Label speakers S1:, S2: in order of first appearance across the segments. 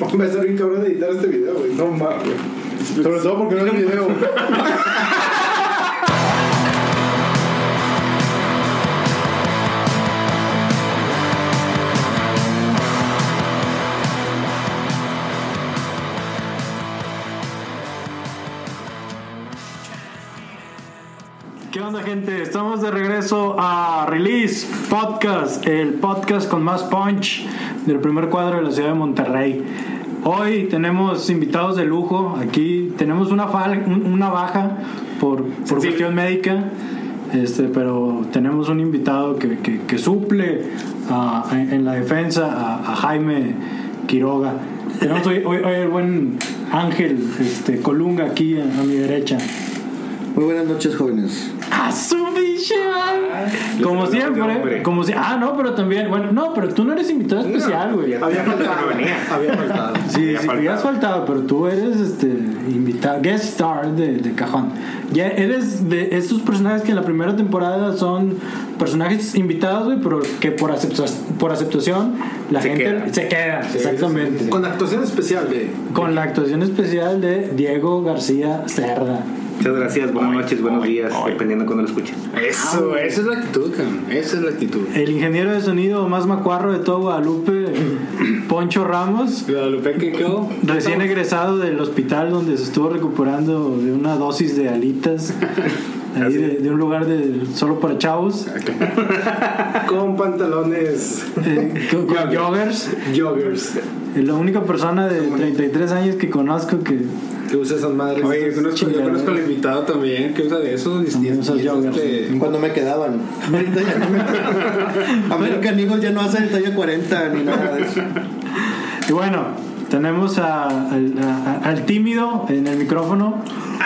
S1: Va a estar bien cabrón de editar este video, güey. No mames. Sobre todo porque no es el video.
S2: ¿Qué onda, gente? Estamos de regreso a Release Podcast, el podcast con más punch del primer cuadro de la ciudad de Monterrey. Hoy tenemos invitados de lujo. Aquí tenemos una, fal- un- una baja por, por cuestión médica, este, pero tenemos un invitado que, que- que suple ah, en, en la defensa a, a Jaime Quiroga. Tenemos hoy, hoy- hoy el buen Ángel este, Colunga aquí a- a mi derecha.
S3: Muy buenas noches, jóvenes.
S2: A su pinche madre. Como
S4: les hablo de
S2: siempre,
S4: hombre.
S2: como si, ah, no, pero también, bueno, no, pero tú no eres invitado especial, güey.
S4: ya había faltado. No venía.
S1: Había faltado.
S2: Sí,
S4: había
S2: sí, habías faltado, pero tú eres este invitado, guest star de, de cajón. Ya eres de estos personajes que en la primera temporada son personajes invitados, güey, pero que por, acepta- por aceptación la
S4: Se
S2: gente
S4: queda.
S2: se queda, exactamente.
S1: Con actuación especial de.
S2: Con la actuación especial de Diego García Cerda.
S4: Muchas gracias, buenas noches, buenos días, Ah, dependiendo cuando lo escuchen.
S5: Eso, esa es la actitud, cabrón. Esa es la actitud.
S2: El ingeniero de sonido más macuarro de todo Guadalupe, Poncho Ramos,
S5: Guadalupe, ¿qué quedó?
S2: recién egresado del hospital donde se estuvo recuperando de una dosis de alitas, ahí de, de un lugar de solo para chavos,
S1: Con pantalones.
S2: eh, con, con joggers.
S1: Joggers.
S2: Eh, La única persona de 33 años que conozco que
S1: Que usa esas madres.
S5: Oye, yo conozco, yo
S2: Chingadera.
S5: conozco al invitado también que usa de esos. y-
S2: También
S5: y-
S2: usa
S5: y es
S2: joggers.
S5: este-
S3: Cuando me quedaban. Ahorita ya no me quedan. American Eagle ya no hace el talla 40 ni nada de eso.
S2: Y bueno, tenemos a- al, a- al tímido en el micrófono,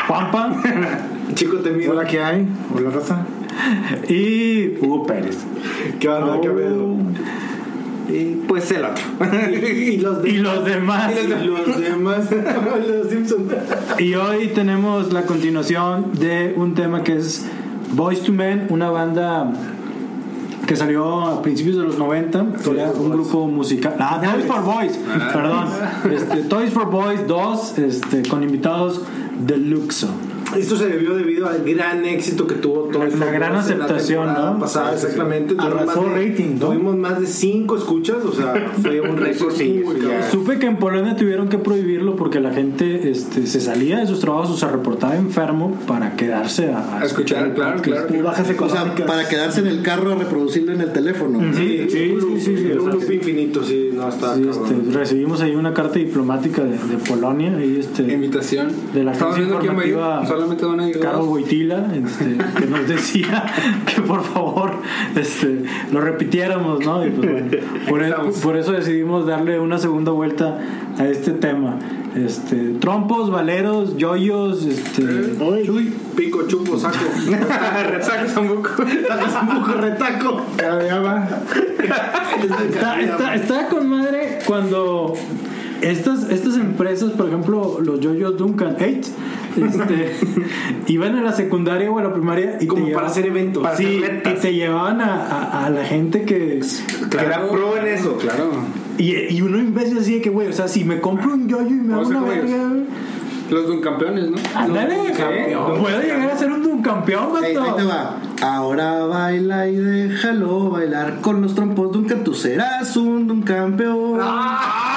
S2: Juanpa,
S1: Chico temido. Hola, ¿qué hay? Hola, raza.
S2: y Hugo Pérez.
S1: ¿Qué onda? ¿Qué pedo?
S4: Y pues el otro.
S1: Y los
S2: Y
S1: de-
S2: los demás.
S1: y los demás. los Simpsons.
S2: Y hoy tenemos la continuación de un tema que es Boys to Men, una banda que salió a principios de los 90, que era un grupo musical. Ah, Toys for Boys, perdón. Este, Toys for Boys 2, este, con invitados de Luxo.
S1: Esto se debió debido al gran éxito que tuvo todo
S2: La gran aceptación, ¿no?
S1: Pasada, exactamente. Tuvimos
S2: Arrasó
S1: más de-
S2: rating, ¿no?
S1: Tuvimos más de 5 escuchas, o sea, fue un récord.
S4: sí,
S1: muy
S4: eso ya.
S1: cabrón.
S2: Supe que en Polonia tuvieron que prohibirlo porque la gente este, se salía de sus trabajos o se reportaba enfermo para quedarse a, a
S5: A escuchar, claro, claro.
S1: Bajas
S3: O sea,
S1: económicas.
S3: para quedarse en el carro a reproducirlo en el teléfono.
S2: Sí, sí, sí, sí, sí,
S1: Era
S2: o
S1: un
S2: sea,
S1: loop infinito, sí, no, está
S2: Sí,
S1: cabrón.
S2: este, recibimos ahí una carta diplomática de, de Polonia y este
S5: Invitación.
S2: de la
S5: Estamos
S2: agencia
S5: viendo quién va a ir.
S2: informativa
S5: Solamente van a ir.
S2: Carol
S5: dos.
S2: Wojtyla este, que nos decía que por favor este, lo repitiéramos ¿no? Y pues, bueno, por, e- por eso decidimos darle una segunda vuelta a este tema este, trompos, valeros, yoyos este,
S1: Eh, Chuy, pico, chupo, saco.
S4: Resaca Zambuco.
S1: Tampoco retaco.
S2: Está, está- está con madre cuando estas, estas empresas, por ejemplo, los yoyos Duncan 8, este, iban a la secundaria o a la primaria y
S1: Como
S2: te
S1: para hacer eventos.
S4: para
S2: sí,
S4: hacer
S2: y
S4: retas.
S2: te llevaban a, a- a la gente que.
S4: Que era pro en eso.
S5: Claro.
S2: Y, y uno imbécil así de que, güey, o sea, si me compro un yoyo y me hago
S5: Vamos
S2: una
S5: a ser güeyes.
S2: verga, güey,
S5: Los Duncampeones, ¿no?
S2: ándale,
S5: campeón.
S2: puedo llegar a ser un Duncampeón,
S3: Ahí, ahí te
S2: campeón,
S3: va. Ahora baila y déjalo bailar con los trompos Duncan. Tú serás un Duncan campeón.
S1: Ah,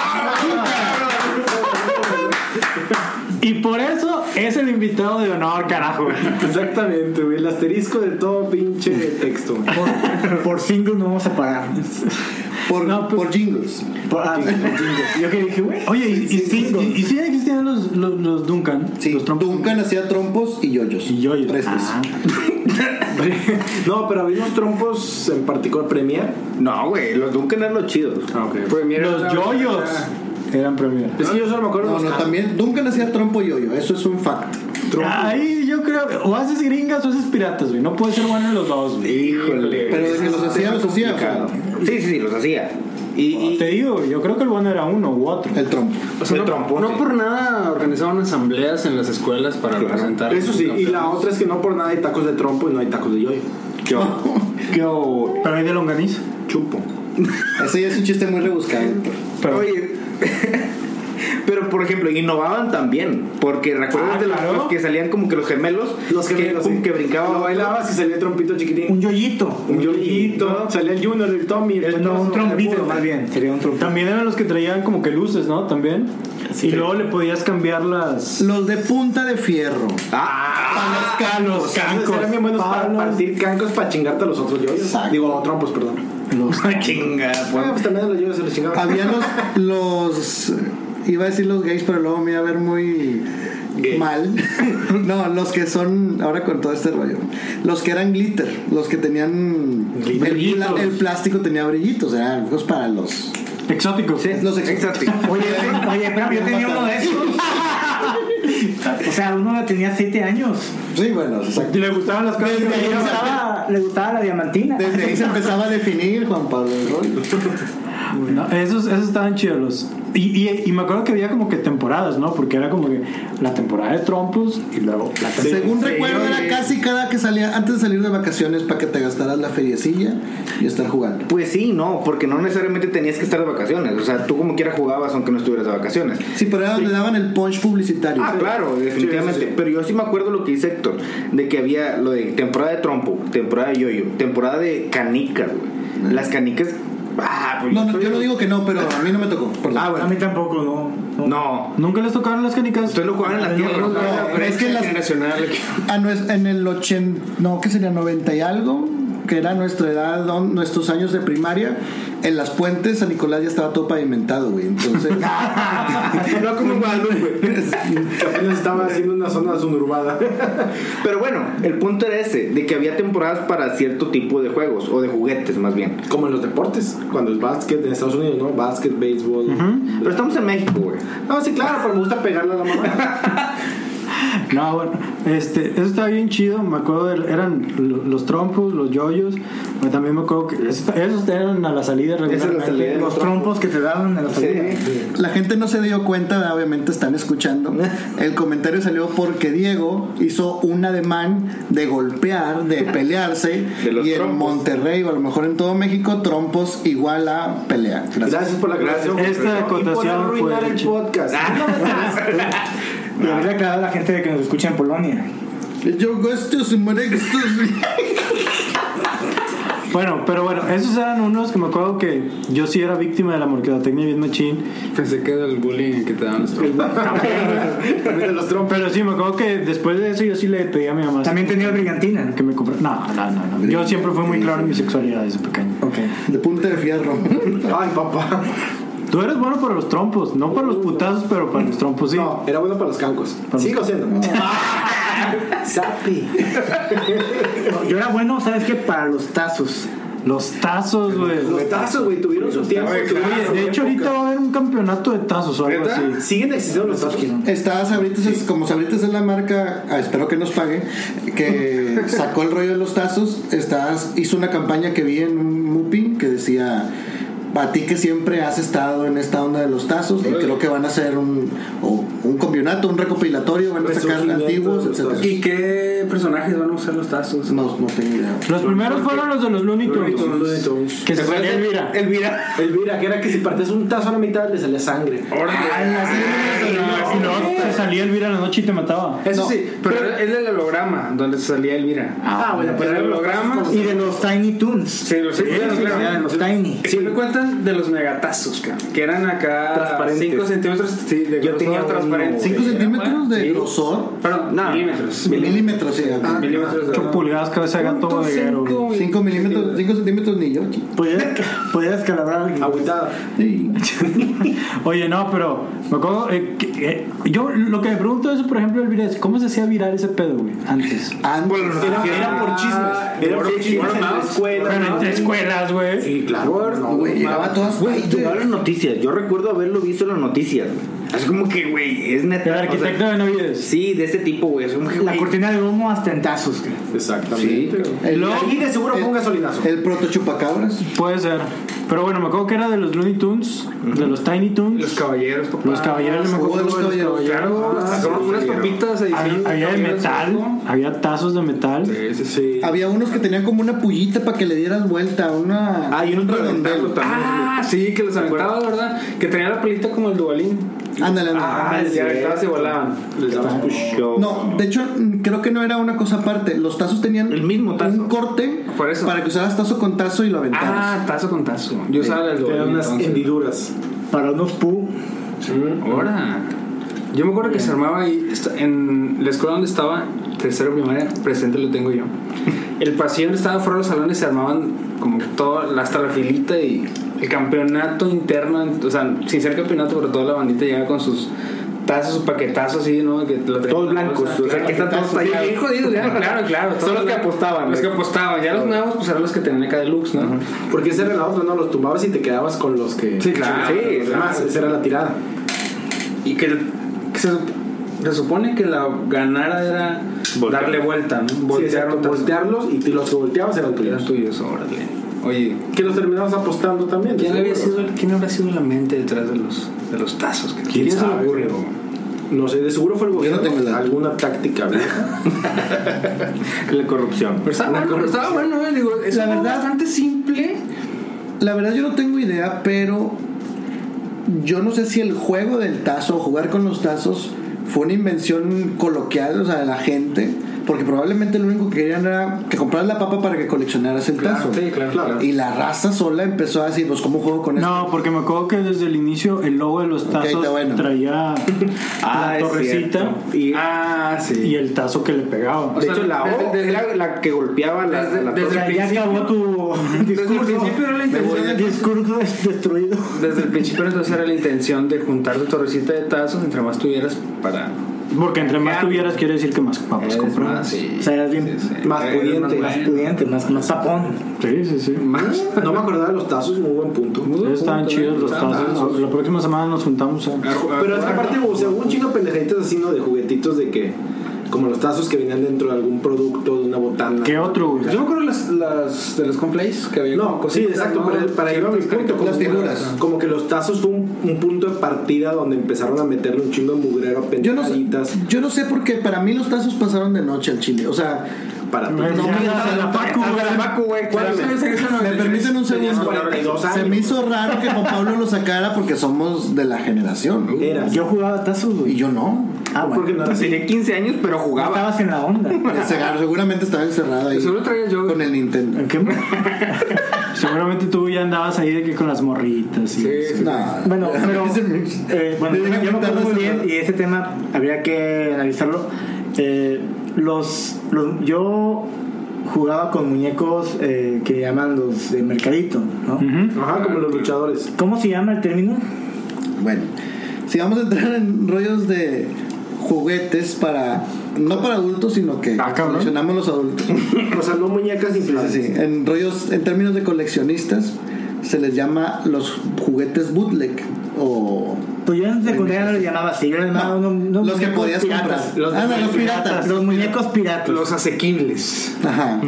S2: Y por eso es el invitado de honor, carajo.
S1: Exactamente, güey. El asterisco de todo pinche texto. güey.
S6: Por singles no vamos a parar.
S3: Por,
S2: No, pues-
S3: por jingles.
S6: Por, ah, singles. Yo que dije, güey.
S2: Oye, ¿y, y, sí- y- y sí existían los, los, los Duncan?
S3: Sí,
S2: Los trompos.
S3: Duncan hacía trompos y yoyos.
S2: Y yoyos.
S3: Prestos.
S2: Ah.
S1: No, pero había unos trompos en particular Ah, Premier.
S4: No, güey, los Duncan eran los chidos.
S5: Premier era
S2: Los
S5: la-
S2: yoyos eran premier.
S1: Es que yo solo me acuerdo
S3: No,
S1: de
S3: no,
S1: los
S3: también Duncan hacía trompo y yoyo. Eso es un fact.
S2: Ahí yo creo, o haces gringas o haces piratas, güey. No puede ser bueno en los dos, güey.
S4: Híjole.
S3: Pero de que los hacía, los hacía. o sea,
S4: Sí, sí, sí, los hacía. Y,
S2: Te digo, yo creo que el bueno era uno u otro.
S3: el trompo.
S5: O sea,
S4: El
S5: no,
S4: trompón,
S5: no
S4: sí.
S5: por nada organizaban asambleas en las escuelas para
S4: Claro.
S5: representar. a los
S1: Eso sí, y la
S5: campeones.
S1: otra es que no por nada hay tacos de trompo y no hay tacos de yoyo.
S4: ¿Qué hubo? ¿Qué hubo?
S2: Pero hay de longaniza.
S1: Chupo.
S3: Ese ya es un chiste muy rebuscado.
S2: Pero-
S4: Oye,
S1: Pero, por ejemplo, innovaban también. Porque recuerdas
S4: Ah,
S1: de los,
S4: claro.
S1: los que salían como que los gemelos.
S4: Los gemelos,
S1: que,
S4: sí.
S1: que brincaban.
S4: Lo bailabas
S1: y salía el trompito chiquitín.
S4: Un yoyito.
S1: Un yoyito. Salía el Junior, el Tommy.
S4: No, un trompito, más bien. Sería un trompito.
S2: También eran los que traían como que luces, ¿no? También. y luego le podías cambiar las.
S3: Los de punta de fierro.
S1: Ah,
S2: Los canos,
S1: los canos.
S2: cancos,
S1: Eran bien buenos para
S2: palos.
S1: partir cancos para chingarte a los otros yoyos. Digo, trompos, perdón. Chinga. Pues, Ah, pues también a los yoyos se les chingaban.
S3: Había los, los. Iba a decir los gays, pero luego me iba a ver muy.
S1: Gay.
S3: Mal. No, los que son. Ahora con todo este rollo. Los que eran glitter. Los que tenían. El,
S2: Brillitos.
S3: pla- el plástico tenía brillitos. Eran pues, para los.
S2: Exóticos.
S3: Los exóticos.
S1: Exacto.
S4: Oye, oye, oye, espérame, yo tenía uno de esos. O sea, uno tenía 7 años.
S3: Sí, bueno, exacto.
S2: Y le gustaban las cosas.
S4: Le
S2: que-
S4: gustaba, le gustaba la diamantina.
S3: Desde ahí se empezaba a definir Juan Pablo el rollo.
S2: No, Ah, esos, esos estaban chidos. los- Y, y, y me acuerdo que había como que temporadas, ¿no? Porque era como que la temporada de trompos y luego la temporada.
S3: Según recuerdo, era casi cada que salía, antes de salir de vacaciones, para que te gastaras la feriecilla y estar jugando.
S1: Pues sí, no, porque no necesariamente tenías que estar de vacaciones. O sea, tú como quiera jugabas aunque no estuvieras de vacaciones.
S3: Sí, pero era donde daban el punch publicitario.
S1: Ah, claro, definitivamente. Pero yo sí me acuerdo lo que dice Héctor, de que había lo de temporada de trompo, temporada de yoyo, temporada de canicas, güey. Las canicas. Ah, pues
S3: No, no,
S1: soy-
S3: yo no digo que no, pero a mí no me tocó. por la-
S1: Ah,
S4: A
S1: bueno.
S4: mí tampoco, no.
S1: No.
S2: ¿Nunca les tocaron las canicas?
S1: Ustedes lo jugaban en la tierra.
S3: no,
S1: ¿no?
S3: pero es que las-
S5: generacional.
S3: a nues- Ah, en el 80, no, que sería 90 y algo, que era nuestra edad, don- nuestros años de primaria, en las puentes San Nicolás ya estaba todo pavimentado, güey. Entonces,
S1: No como en Guadalupe.
S5: Apenas estaba haciendo una zona suburbada.
S1: Pero bueno, el punto era ese, de que había temporadas para cierto tipo de juegos, o de juguetes más bien.
S5: Como en los deportes, cuando el básquet en Estados Unidos, ¿no? Básquet, béisbol.
S1: Pero estamos en México, güey.
S5: No, sí, claro, pero me gusta pegarle a la mamá.
S2: No, bueno, este, eso estaba bien chido. Me acuerdo, de- eran lo- los trompos, los yoyos. Pero también me acuerdo que esos, esos eran a la salida regularmente.
S1: Esa es la salida.
S4: Los trompos que te daban en la salida.
S3: la gente no se dio cuenta, obviamente están escuchando. El comentario salió porque Diego hizo un ademán de golpear, de pelearse.
S1: De los
S3: y en
S1: trompos.
S3: Monterrey, o a lo mejor en todo México, trompos igual a pelea. Gracias.
S5: Gracias por la aclaración.
S2: Esta
S5: Y por
S2: acotación
S5: arruinar
S2: fue
S5: el
S2: hecha.
S5: podcast.
S4: Ah, Y habría aclarado a la gente de que nos escucha en Polonia.
S3: Yo gosto, se muere que esto es-
S2: Bueno, pero bueno, esos eran unos que me acuerdo que yo sí era víctima de la mercadotecnia bien machín.
S5: Pensé que era el bullying que te daban los También de los trompos.
S2: Pero sí, me acuerdo que después de eso yo sí le pedí a mi mamá
S4: También tenía brigantina.
S2: que me comprara. No, no, no, no. Yo siempre fui muy claro en mi sexualidad desde pequeño.
S4: Ok.
S3: De punta de fierro.
S5: Ay, papá.
S2: Tú eres bueno para los trompos, no para los putazos, pero para los trompos sí.
S5: No, era bueno para los
S1: Eh,
S5: cancos. pues. Sigo siendo. Sapi.
S4: Yo era bueno, ¿sabes qué? Para los tazos.
S2: Los tazos, güey.
S5: Los tazos, güey, tuvieron su tiempo.
S1: Oye,
S5: tuvieron
S2: Oye,
S5: su
S2: de hecho
S5: época.
S2: ahorita va a haber un campeonato de tazos o algo así.
S5: ¿Neta? ¿Siguen existiendo los tazos?
S3: Estaba Sabritas, es- como Sabritas es la marca, ah, espero que nos pague, que sacó el rollo de los tazos, estás, hizo una campaña que vi en un Mupi que decía, a ti que siempre has estado en esta onda de los tazos, y creo que van a hacer un, o un campeonato, un recopilatorio, van a sacar
S5: Resurgimiento
S3: antiguos,
S5: Pues, de los
S3: etc.
S5: tazos.
S3: Y
S5: ¿Y
S4: qué personajes van a usar los tazos?
S3: no, no tengo idea.
S2: Los primeros fueron los de los Looney Tunes.
S5: Looney Tunes.
S2: Que se salía
S1: de
S2: Elvira.
S1: Elvira.
S5: Elvira, que era que si partes un tazo a la mitad le salía sangre.
S2: Y luego se salía Elvira en la noche y te mataba.
S5: Eso sí, pero, es el holograma donde salía Elvira. Ah, bueno, pero era el holograma.
S4: Y de los Tiny Toons.
S5: Sí, los Tiny Toons, claro.
S4: de los Tiny.
S5: Si me cuentan de los megatazos, cabrón, que eran acá
S1: Transparentes.
S5: 5 centímetros sí, de
S1: Yo tenía uno,
S5: transparente.
S3: ¿Cinco centímetros de grosor?
S5: Perdón,
S1: No.
S5: milímetros.
S3: Milímetros, sí. ah,
S5: Milímetros de
S2: Ocho pulgadas, cabeza de gato bodeguero. güey.
S3: Cinco milímetros, cinco centímetros ni yo. chico.
S4: Podías, podías calabrar a alguien.
S5: Agüitada.
S3: Sí.
S2: Oye, no, pero me acuerdo. eh, que- eh, yo lo que me pregunto es, por ejemplo, Elvira, es ¿cómo se hacía virar ese pedo, güey? Antes.
S1: Ah,
S3: Antes.
S5: Era, era por chismes. Ah, Era por chismes en la escuela.
S2: Pero
S5: ¿no?
S2: entre escuelas, güey.
S5: Sí, claro. No,
S3: Güey, llegaba a todas
S1: Güey,
S3: partes.
S1: llegaba las noticias. Yo recuerdo haberlo visto en las noticias. güey. Así como que, güey, es neta.
S2: El
S1: o sea,
S2: arquitecto de Novides.
S1: sí, de este tipo, güey. Así como que,
S4: La
S1: güey,
S4: cortina de humo hasta en tazos. güey.
S5: Exactamente.
S3: El-
S5: Y de seguro fue un gasolinazo.
S3: El proto chupacabras.
S2: Puede ser. Pero bueno, me acuerdo que era de los Looney Tunes, de los Tiny Tunes.
S5: Los caballeros, papá.
S2: Los caballeros, me acuerdo
S3: Hubo de los
S2: que hubo de los
S1: Ah,
S3: caballeros.
S5: Claro,
S4: Ah,
S2: caballeros.
S5: sacaron unas
S1: caballeros.
S5: papitas ahí.
S2: Había, había de metal, había tazos de metal.
S5: Sí, sí, sí.
S3: Había unos que tenían como una pullita para que le dieras vuelta, una.
S1: Ah, y unos
S3: un redondel.
S1: redondelos también.
S5: Ah, sí, que los aventaba, ¿verdad? Que tenía la pelita como el dubalín.
S3: Ándale, ándale.
S5: Ah, sí, ahorita se volaban. Les damos push.
S3: Ah, No, de hecho, mm, creo que no era una cosa aparte. Los tazos tenían
S4: El mismo tazo.
S3: un corte
S5: Por eso.
S3: para que usaras tazo con tazo y lo aventaras.
S5: Ah, tazo con tazo. Yo usaba el
S1: Eran unas
S5: doble.
S1: hendiduras para unos pu.
S5: Ahora. Yo me acuerdo que se armaba ahí, esta- en la escuela donde estaba, tercero de primaria, presente lo tengo yo. El pasillo donde estaba fuera de los salones se armaban como que todo, hasta la filita y el campeonato interno, o sea, sin ser campeonato, pero toda la bandita llegaba con sus tazos, sus paquetazos así, ¿no? Que lo traían
S4: Todos
S5: en la
S4: blancos,
S5: bolsa.
S4: o sea, que están todos
S5: Sí,
S4: tallados.
S5: bien jodidos, ya, claro, claro.
S4: Son los que apostaban,
S5: Los que
S4: ¿no?
S5: apostaban, ya los nuevos, pues eran los que tenían acá deluxe, ¿no?
S1: Porque esa era la otra, ¿no? Los tumbabas y te quedabas con los que.
S5: Sí, claro.
S1: Ah, Sí, los
S5: claro.
S1: demás, esa era la tirada.
S5: Y que, que se, se supone que la ganara era
S4: Voltear.
S5: darle vuelta, ¿no?
S1: Sí,
S5: Voltear
S1: exacto,
S5: un tazo.
S1: voltearlos y te- los que volteabas eran
S5: Eran
S1: tuyos.
S5: tuyos, órale. Oye,
S1: Que los terminabas apostando también.
S5: ¿quién,
S4: pues,
S1: de
S5: había
S1: seguro.
S5: sido, el- quién habrá sido la mente detrás de los, de los tazos? ¿Quién, se le
S1: sabe,
S5: ocurre?
S1: güey? No sé, de seguro fue el
S3: no
S1: gobierno.
S3: tengo la-
S1: Alguna táctica vieja.
S4: La corrupción.
S5: Pero estaba
S1: Una
S5: bueno,
S1: corrupción.
S5: estaba bueno, eh, digo, es
S3: La
S5: algo
S3: verdad-
S5: bastante simple.
S3: La verdad, yo no tengo idea, pero yo no sé si el juego del tazo, jugar con los tazos, fue una invención coloquial, o sea, de la gente. Porque probablemente lo único que querían era que compraras la papa para que coleccionaras el tazo.
S5: sí, claro, claro.
S3: Y la raza sola empezó a decir, pues, ¿cómo juego con esto?
S2: No, porque me acuerdo que desde el inicio el logo de los tazos
S3: está bueno.
S2: traía
S4: Ah,
S2: la
S4: es
S2: torrecita
S4: cierto. Y-
S5: Ah, sí.
S2: y el tazo que le pegaba.
S5: O
S4: de
S5: sea,
S4: hecho, la
S5: desde-
S4: O
S5: desde-
S4: era la que golpeaba la,
S5: desde-
S4: la
S5: desde
S2: O sea,
S5: el
S2: ya acabó tu
S5: Desde el principio era la intención de-
S2: discurso, discurso destruido.
S5: Desde el principio entonces era la intención de juntar tu torrecita de tazos entre más tuvieras para...
S2: Porque entre más tuvieras, quiere decir que más papas
S5: Eres
S2: comprabas.
S5: más, sí.
S2: O sea, eras bien.
S5: Sí, sí.
S1: Más
S5: Eres
S1: pudiente.
S5: bueno.
S1: Más
S6: pudiente, más, más tapón.
S2: Sí, sí, sí.
S5: Más...
S1: No me acordaba de los tazos, muy buen punto.
S2: Estaban
S5: ¿eh?
S2: chidos los tazos. La próxima semana nos juntamos a.
S1: Pero es que aparte, o sea, hubo un chingo de pendejaditas así, ¿no? De juguetitos de que. Como los tazos que venían dentro de algún producto, de una botana.
S2: ¿Qué otro, güey?
S5: Yo me acuerdo las, las de los compleys que había.
S1: No,
S5: como
S1: sí,
S5: cositas,
S1: exacto,
S5: ¿no?
S1: para, para ahí va mi
S5: Ciertas
S1: punto. Como,
S5: caricaturas.
S1: que- como que los tazos fue un, un punto de partida donde empezaron a meterle un chingo de mugrero a
S3: Yo no, sé,
S1: pendejaditas
S3: yo no sé por qué para mí los tazos pasaron de noche al chile. O sea,
S1: para ti.
S2: Ya,
S3: mientas,
S2: la Paco, güey.
S5: ¿Cuántos años tenías en
S3: me
S5: el-
S3: permiten un
S1: Tenías
S3: segundo.
S1: 42 años.
S3: Se me hizo raro que Juan Pablo lo sacara porque somos de la generación.
S1: Era.
S6: Yo jugaba tazos,
S3: Y
S6: güey.
S3: yo no.
S6: Ah, bueno.
S1: Porque no era así.
S4: Tenía 15 años, pero
S6: No
S4: jugaba.
S6: estabas en la onda.
S3: Ese- Seguramente estaba encerrado ahí
S5: Seguro traías yo.
S3: con el Nintendo.
S6: ¿En qué?
S2: Seguramente tú ya andabas ahí de que con las morritas. Y
S5: Sí, sí.
S3: No.
S6: Bueno, pero eh, bueno,
S3: Me
S6: yo
S3: dijeron
S6: me acuerdo
S3: que
S6: muy
S3: tardas,
S6: bien
S3: ¿verdad?
S6: y ese tema habría que analizarlo. Eh, los, los- yo jugaba con muñecos eh, que llaman los de mercadito, ¿no?
S2: Ujú.
S1: Ajá, como los luchadores.
S6: ¿Cómo se llama el término?
S3: Bueno, si vamos a entrar en rollos de juguetes para no para adultos, sino que
S2: Ah, cabrón.
S3: coleccionamos los adultos.
S1: O sea, no muñecas inflables.
S3: Sí, sí, en rollos en términos de coleccionistas se les llama los juguetes bootleg o
S6: Pues yo en secundaria no lo llamaba así, yo le llamaba unos- unos
S3: los que
S6: muñecos
S3: podías
S6: piratas.
S3: comprar.
S1: Los
S3: ah, no, los piratas.
S6: Los muñecos piratas.
S5: Los asequibles.
S3: Ajá.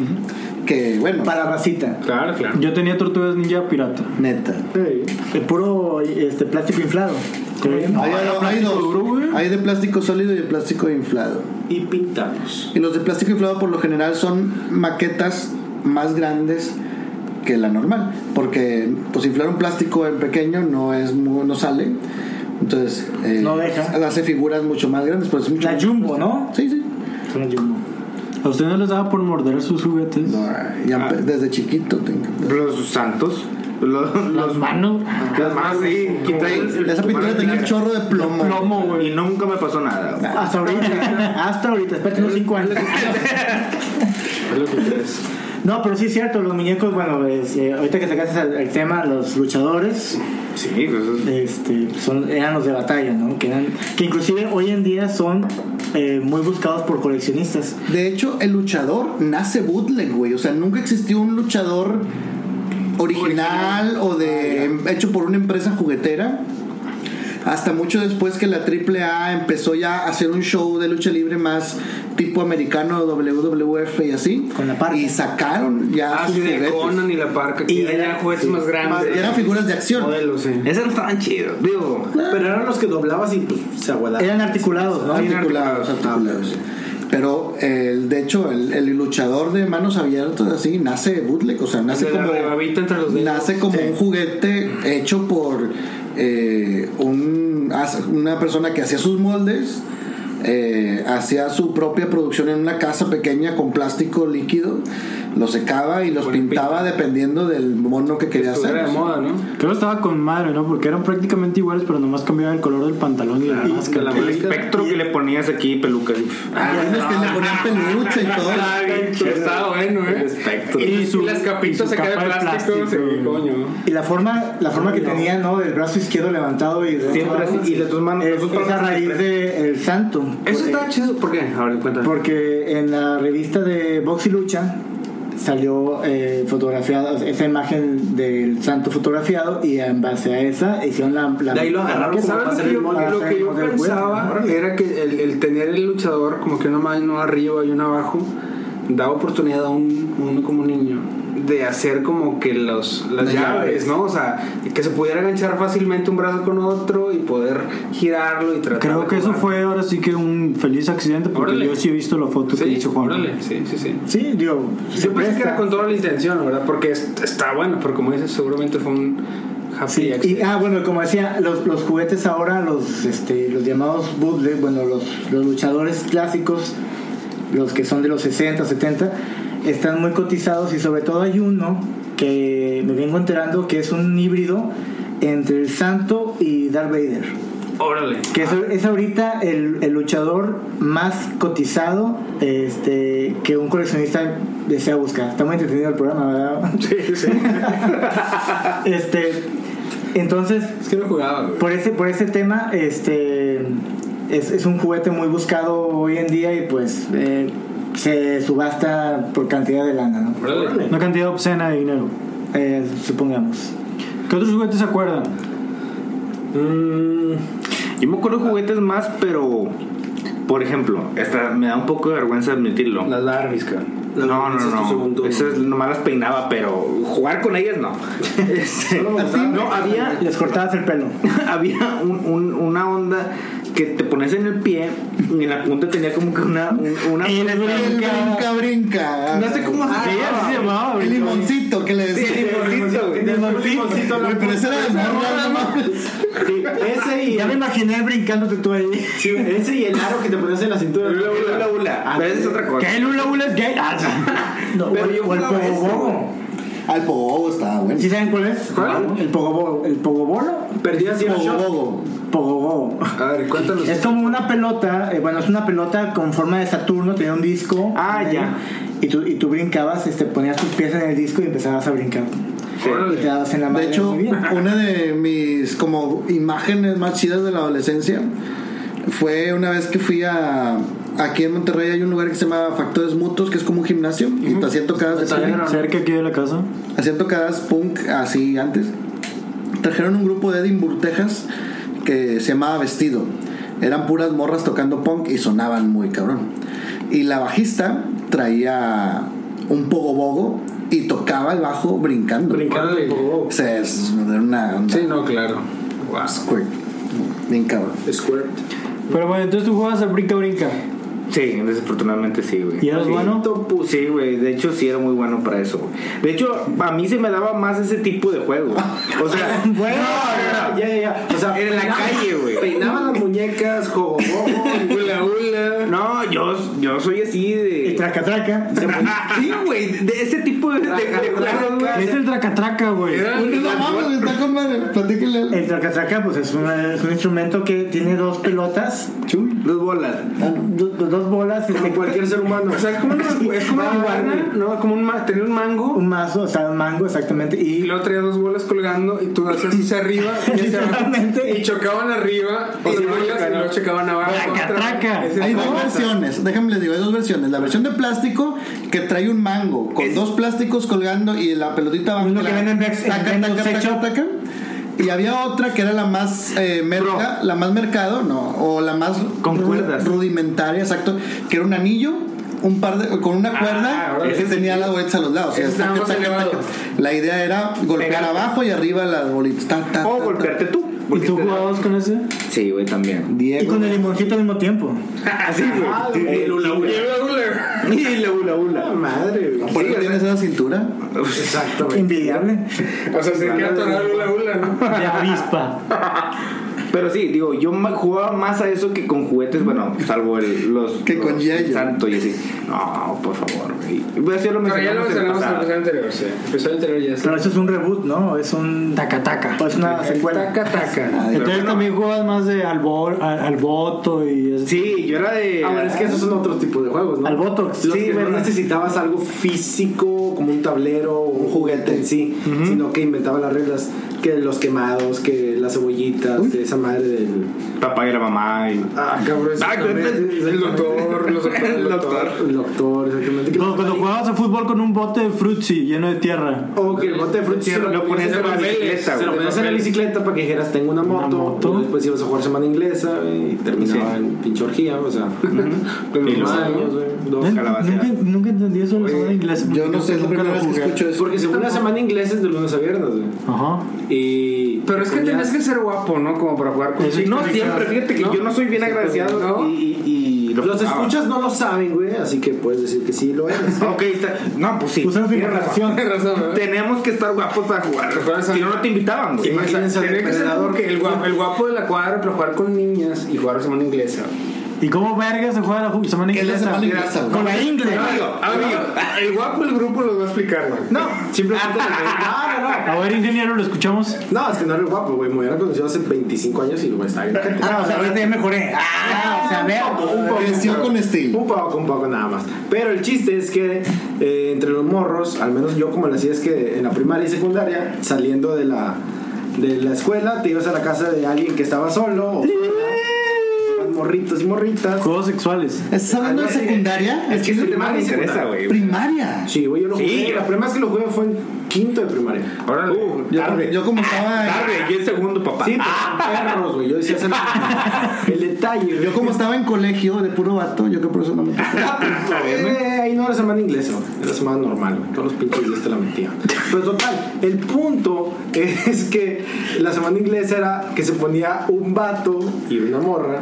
S3: Que bueno,
S6: para racita.
S5: Claro, claro.
S2: Yo tenía tortugas ninja pirata.
S3: neta.
S6: El puro este, plástico inflado.
S2: No,
S3: hay,
S2: era
S3: hay
S2: plástico
S3: dos.
S2: duro, güey.
S3: hay de plástico sólido y de plástico inflado.
S1: Y pintados.
S3: Y los de plástico inflado por lo general son maquetas más grandes que la normal, porque pues inflar un plástico en pequeño no es mu- no sale. Entonces, eh,
S6: No deja.
S3: hace figuras mucho más grandes, pero es mucho
S6: La
S3: más-
S6: Jumbo, ¿no?
S3: Sí, sí.
S6: La Jumbo.
S2: ¿A ustedes no les daba por morder sus juguetes?
S3: No, ya empe- desde chiquito tengo.
S4: Los santos. Los, los-
S2: manos.
S4: Las manos, sí. quita ahí.
S3: Esa pintura tenía un chorro de plomo.
S2: Plomo, güey. Ah,
S4: Y nunca me pasó nada. güey.
S6: Hasta ahorita, hasta ahorita, espérate unos 5 años.
S5: Es lo que quieres.
S6: No, pero sí es cierto, los muñecos, bueno, es, eh, ahorita que sacaste el, el tema, los luchadores,
S4: Sí, pues, eso-
S6: este, son, eran los de batalla, ¿no? Que, eran, que inclusive hoy en día son eh, muy buscados por coleccionistas.
S3: De hecho, el luchador nace bootleg, güey. O sea, nunca existió un luchador original o de
S5: Ah,
S3: hecho por una empresa juguetera. Hasta mucho después que la AAA empezó ya a hacer un show de lucha libre más tipo americano, WWF y así.
S6: Con la parca.
S3: Y sacaron ya
S5: Ah,
S3: sus
S5: sí, de
S3: juguetes.
S5: Conan y la parca. que
S6: Y
S5: eran
S6: era-
S5: ya juguetes más
S3: Más-
S5: grandes.
S3: eran figuras de acción.
S5: modelos, sí.
S4: Esos no estaban chidos. Digo,
S1: Pero eran los que doblabas y pues se aguadaban.
S6: Eran articulados, ¿no?
S3: Articulados, articulados.
S5: Ah,
S3: Pero el, de hecho, el, el luchador de manos abiertas así nace bootleg, o sea, nace
S5: De la
S3: como
S5: rebabita entre los dedos.
S3: nace como un juguete hecho por eh, un- una persona que hacía sus moldes, eh, hacía su propia producción en una casa pequeña con plástico líquido, lo secaba y los
S5: Con pinta.
S3: pintaba dependiendo del mono que quería hacer.
S5: Era de moda, ¿no?
S7: Creo que estaba con madre, ¿no? Porque eran prácticamente iguales, pero nomás cambiaba el color del pantalón y la
S5: que
S7: máscara.
S5: la
S1: El
S5: bolita-
S1: espectro que le ponías aquí, peluca.
S3: Ah, es que le ponían peluche y todo.
S5: Estaba bien chido. Estaba bueno, ¿eh?
S1: El espectro.
S5: Y,
S7: Y su-
S5: las
S7: y su
S5: capitas acá de
S7: capa de
S5: plástico.
S7: plástico,
S5: sí,
S7: güey.
S5: coño.
S2: Y la forma, la forma que tenía, ¿no? Del brazo izquierdo levantado y...
S1: Siempre así, y de tus manos-
S2: Es,
S1: tus manos
S2: es a raíz
S1: siempre.
S2: de El Santo.
S5: Eso
S2: Porque-
S5: estaba chido. ¿Por qué? A ver, cuéntame.
S2: Porque en la revista de Box y Lucha salió eh, fotografiada esa imagen del santo fotografiado y en base a esa hicieron la... la
S4: De ahí lo agarraron como
S5: ¿Sabes
S4: para
S5: lo
S4: hacer
S5: que
S4: el
S5: yo,
S4: molde.
S5: lo que yo
S2: Del juez,
S5: pensaba era que el, el tener el luchador como que uno más uno arriba y uno abajo da oportunidad a un, uno como niño de hacer como que los, las
S3: Las
S5: llaves, ¿no? O sea, que se pudiera enganchar fácilmente un brazo con otro y poder girarlo y tratar
S7: Creo
S5: de
S7: que eso
S5: jugar.
S7: fue ahora sí que un feliz accidente porque
S5: Órale.
S7: yo sí he visto la foto que
S5: Sí,
S7: hizo Juan.
S5: órale, sí, sí, sí.
S2: Sí, digo... se
S5: Yo pensé que
S2: presta.
S5: era con toda la intención, ¿verdad? Porque es- está bueno, pero como dices, seguramente fue un happy
S2: Sí, y,
S5: accident.
S2: ah, bueno, como decía, los, los juguetes ahora, los, este, los llamados bootleg, bueno, los, los luchadores clásicos, los que son de los 60, 70, están muy cotizados y sobre todo hay uno que me vengo enterando que es un híbrido entre el santo y Darth Vader.
S5: Órale.
S2: Que es, es ahorita el, el luchador más cotizado este, que un coleccionista desea buscar. Está muy entretenido el programa, ¿verdad?
S5: Sí, sí.
S2: Este, entonces,
S5: es que no jugaba, güey.
S2: por ese, por ese tema, este es, es un juguete muy buscado hoy en día y pues eh, se subasta por cantidad de lana, ¿no?
S5: Órale.
S7: Una cantidad obscena de dinero.
S2: Eh, supongamos.
S7: ¿Qué otros juguetes se acuerdan?
S1: Mm, yo me acuerdo de juguetes más, pero. Por ejemplo, esta me da un poco de vergüenza admitirlo.
S5: Las Barbies, cabrón.
S1: No, no,
S4: ese es tu
S1: no.
S4: segundo.
S1: Esas nomás las peinaba, pero jugar con ellas no. Este, no, había,
S2: Les cortabas el pelo.
S1: había un- un- una onda que te pones en el pie y en la punta tenía como que una. un- una
S3: El brinca, brinca.
S1: no sé cómo se
S7: Sí,
S1: llama.
S7: así se llamaba,
S3: El
S7: güey.
S3: limoncito que le
S1: Sí,
S3: decía.
S1: limoncito, güey.
S3: Güey, pero ese era de morra, no mames.
S4: Sí, ese y
S2: Ya me
S4: el,
S2: imaginé brincándote tú ahí.
S4: sí, ese y el aro que te ponías en la cintura.
S1: Hula, hula, hula. Pero esa es otra cosa.
S7: ¿Qué? ¿Lula Bula es gay? Ah, sí.
S2: No,
S1: Pero
S2: o el-
S1: yo
S2: o el
S1: jugaba eso.
S2: pogobobo.
S3: Al pogobo estaba bueno.
S2: ¿Sí saben cuál es? Ah,
S5: ¿Cuál?
S2: El pogobobo. ¿El pogobolo?
S4: Perdías y era shot.
S3: Pogobobo.
S2: Pogobobo.
S5: A ver, cuéntanos.
S2: Es como una pelota, eh, bueno, es una pelota con forma de Saturno, tenía un disco.
S1: Ah,
S2: en medio,
S1: ya.
S2: Y tú, y tú brincabas, este, ponías tus pies en el disco y empezabas a brincar. Y
S5: Órale.
S2: te dabas en la
S3: De
S2: madre
S3: hecho,
S2: muy bien.
S3: una de mis como imágenes más chidas de la adolescencia fue una vez que fui a aquí en Monterrey hay un lugar que se llama Factores Mutos, que es como un gimnasio y te hacían tocadas de punk,
S7: Cerca aquí de la casa.
S3: hacían tocadas punk así antes. Trajeron un grupo de Edinburgh, Texas, que se llamaba Vestido. Eran puras morras tocando punk y sonaban muy cabrón. Y la bajista traía un pogobogo y tocaba el bajo brincando.
S5: Órale.
S3: O sea, es una onda.
S5: Sí, no, claro. Wow.
S3: Squirt. Bien cabrón.
S4: Squirt.
S7: Pero bueno, entonces tú jugabas al brinca brinca.
S1: Sí, desafortunadamente sí, güey.
S7: ¿Y eras
S1: Sí.
S7: bueno?
S1: Pues sí, güey. De hecho, sí era muy bueno para eso, güey. De hecho, a mí se me daba más ese tipo de juego. O sea,
S4: Bueno, ya, ya, ya. O sea,
S1: en la
S4: peinaba-
S1: calle, güey.
S4: Peinaba las muñecas, jogobobo.
S5: Hula, hula.
S1: No, yo, yo soy así
S2: Y
S1: de.
S2: traca, traca.
S1: Sí, güey. De ese tipo de, de, de juegos, güey.
S7: Es el tracatraca, güey.
S5: Era-
S3: No mames, está con madre. Platíquenle.
S2: El traca, traca, pues es, una- es un instrumento que tiene dos pelotas,
S3: Chuy.
S1: Dos bolas.
S2: do- do- dos bolas, este,
S4: Como cualquier ser humano.
S5: O sea, es como, una, es como una guarna, ¿no? Como un ma- tener un mango
S2: un mazo, o sea, un mango, exactamente.
S5: y
S2: Y
S5: luego traía dos bolas colgando y tú hacías hacia arriba y hacia abajo
S2: Literalmente.
S5: y chocaban arriba y,
S1: Y
S5: luego
S1: luego
S5: ibas y
S1: chocaban.
S5: luego chocaban abajo.
S7: Traca, traca.
S5: Ese
S3: Hay
S5: es
S3: dos
S5: la-
S3: versiones, déjenme les digo, hay dos versiones. La versión de plástico que trae un mango con dos plásticos colgando y la pelotita abajo.
S2: Uno
S3: la-
S2: que venden en Vex- en
S3: taca,
S2: Venus
S3: taca,
S2: Sex
S3: taca,
S2: Shop.
S3: taca. Y había otra que era la más eh, merca, la más mercado, no, o la más
S1: Con
S3: ru-
S1: cuerdas.
S3: rudimentaria, exacto, que era un anillo, un par de con una cuerda
S5: ahora
S3: que
S5: sí.
S3: tenía las bolitas a los lados. O sea,
S5: Ese estaba
S3: taca,
S5: más
S3: taca,
S5: elevado.
S3: taca. La idea era golpear
S1: Pegarte. Oh,
S3: abajo y arriba las bolitas. Ta, ta,
S1: O
S3: ta, ta.
S1: golpearte tú.
S7: ¿Y
S1: porque
S7: tú
S1: te-
S7: jugabas con ese?
S1: Sí, güey, también. Ah,
S2: y
S3: Diego.
S2: con el limoncito al mismo tiempo.
S1: Así, güey.
S5: Hula, hula.
S4: Y la hula hula.
S1: Madre, güey.
S3: ¿Por qué tienes esa cintura?
S5: Exactamente.
S6: Envidiable.
S5: O sea, se queda atorado la hula, ¿no?
S2: De avispa.
S4: Pero sí, digo, yo ma- jugaba más a eso que con juguetes, bueno, salvo el, los.
S3: Que con
S4: los
S3: Yayo.
S4: Santo y así. No, por favor, güey. Voy a hacerlo
S5: Pero ya lo mencionamos en el episodio anterior, sí. El episodio anterior ya está.
S6: Pero eso es un reboot, ¿no? Es un.
S2: Taca, taca.
S6: Es una secuela.
S5: Taca, taca.
S2: Entonces también jugabas más de al, bol- al, al voto y ese
S4: Sí, yo era de.
S1: Ah, bueno, es que esos son otros tipos de juegos, ¿no?
S6: Al Botox.
S1: Los
S4: Sí,
S1: que no
S4: ¿verdad?
S1: necesitabas algo físico, como un tablero o un juguete en sí, sino que inventaba las reglas, que los quemados, que las cebollitas, de esa madre del...
S4: Papá y la mamá y.
S1: Ah, cabrón. exactamente,
S5: El doctor, los doctores, el doctor.
S1: El doctor, exactamente. Que-
S2: Cuando, cuando jugabas a fútbol con un bote de frutzi lleno de tierra.
S1: O que el bote de frutas se
S4: Lo ponías en la bicicleta,
S1: Se lo
S4: güey.
S1: ponías en la bicicleta para que dijeras, tengo una moto.
S2: moto.
S1: y luego después ibas a jugar semana inglesa güey, y terminaba
S4: Sí.
S1: en pinche orgía, o sea.
S4: Y los
S1: dos
S4: años,
S1: años,
S4: güey.
S1: güey, dos.
S2: Nen-
S4: calabacea.
S2: Nunca, nunca entendí eso de la semana inglesa.
S3: Yo no sé, es la
S2: Nunca
S3: primera
S2: lo
S3: vez que
S2: jugué.
S3: escucho eso.
S1: Porque según la semana inglesa es de lunes a viernes, güey.
S2: Ajá.
S1: Y.
S5: Pero es que
S1: ponías-
S5: tenías que ser guapo, ¿no? Como para jugar con
S2: Eso
S5: chicas.
S4: No siempre, fíjate que yo no soy bien agradecido
S5: ¿No?
S4: y, y, y lo
S1: Los
S4: jugaba.
S1: escuchas no lo saben, güey, así que puedes decir que sí lo eres.
S4: Ok, está. No, pues sí.
S6: Usa su
S4: Tienes razón.
S6: imaginación.
S5: Tienes razón, ¿no?
S4: Tenemos que estar guapos para jugar.
S5: acuerdas
S4: Si
S5: a-
S4: no, no te invitaban, güey.
S1: Imagínense al
S5: Tenía que ser
S1: depredador.
S5: como que el guapo, el guapo de la cuadra para jugar con niñas y jugar semana inglesa.
S2: ¿Y cómo verga se juega la ju- semana
S3: ¿Qué es la
S2: inglesa?
S3: semana inglesa, güey?
S2: Con la ingle.
S5: Amigo, amigo, el guapo del grupo los va a explicar, güey.
S1: No, simplemente. no, no, no.
S2: A ver, ingeniero, lo escuchamos.
S1: No, es que no era guapo, güey. Me hubiera conocido hace 25 años y güey, está bien. gente.
S6: Ah, o sea, ahorita ya mejoré. Ah, o sea, veo.
S1: Un poco,
S3: Creció con estilo.
S1: Un poco, un poco nada más. Pero el chiste es que eh, entre los morros, al menos yo como le hacía es que en la primaria y secundaria, saliendo de la, de la escuela, te ibas a la casa de alguien que estaba solo. O sola, morritos y morritas.
S2: Juegos sexuales.
S3: ¿Estás hablando de secundaria?
S1: Es que ese tema me
S4: me interesa,
S1: interesa,
S4: güey.
S3: Primaria.
S1: Sí, güey, yo lo jugué.
S4: Sí.
S1: La primera vez que lo jugué fue en quinto de primaria.
S5: Ahora,
S4: Uh,
S3: Yo,
S4: tarde.
S3: yo como estaba,
S4: Tarde, yo el segundo, papá.
S1: Sí, pues, perros, güey. Yo decía, "Esa no es el detalle.
S3: yo como estaba en colegio de puro vato, yo creo que por eso no me
S1: Eh, ahí no era semana inglesa, güey. era semana normal, güey. todos los pinches días te la metían. Pero total, el punto es que la semana inglesa era que se ponía un vato y una morra.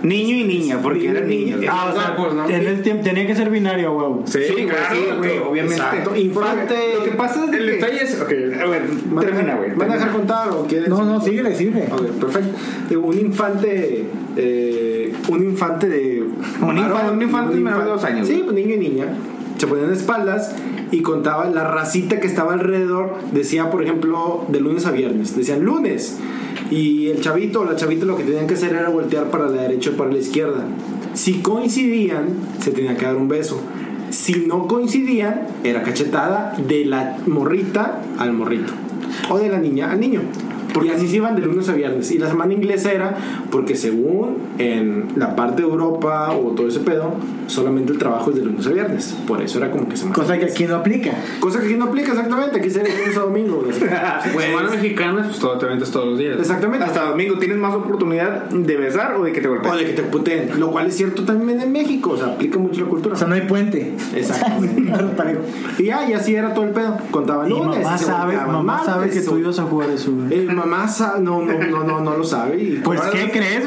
S4: Niño y niña, porque
S1: Niño y
S4: eran
S1: niña.
S4: niños.
S2: Ah, o sea,
S5: Guapos, ¿no?
S2: en el tiempo tenía que ser binario, huevo.
S5: Sí, claro, tú.
S1: Exacto. Infante.
S4: Lo que pasa es de
S5: El
S4: que-
S5: detalle es. Ok, a ver, termina, güey.
S1: ¿Van a
S5: termina.
S1: dejar contar o quieres?
S6: No, no, síguele, síguele.
S1: Ok, perfecto. Digo, un infante. eh, un infante de.
S4: Un infa-
S1: varón,
S4: un infante menor de dos años.
S1: Sí, pues niño y niña. Se ponían de espaldas y contaba la racita que estaba alrededor. Decía, por ejemplo, de lunes a viernes. Decían lunes. Y el chavito o la chavita lo que tenían que hacer era voltear para la derecha o para la izquierda. Si coincidían, se tenía que dar un beso. Si no coincidían, era cachetada de la morrita al morrito. O de la niña al niño. Porque así se iban de lunes a viernes. Y la semana inglesa era porque según en la parte de Europa o todo ese pedo, solamente el trabajo es de lunes a viernes. Por eso era como que semana.
S6: Cosa que aquí no aplica.
S1: Cosa que aquí no aplica exactamente, aquí sería de lunes a domingo. güey.
S5: Pues,
S4: Pues,
S5: Semana mexicana, pues todo, te aventas todos los días.
S1: Exactamente.
S4: hasta domingo tienes más oportunidad de besar o de que te
S1: O
S4: golpeen.
S1: de que te puteen. Lo cual es cierto también en México. O sea, aplica mucho la cultura.
S6: O sea, no hay puente.
S1: Exactamente.
S6: Claro, parejo.
S1: Y ya, y así era todo el pedo. Contaban
S2: Y
S1: lunes.
S2: mamá
S1: se
S2: sabe,
S1: volteaban
S2: mamá
S1: martes,
S2: sabe que
S1: o-
S2: tú ibas a jugar eso, güey.
S1: Eh, mamá sa- no, no, no, no, no lo sabe. Y
S2: Pues,
S1: ahora-
S2: ¿qué crees?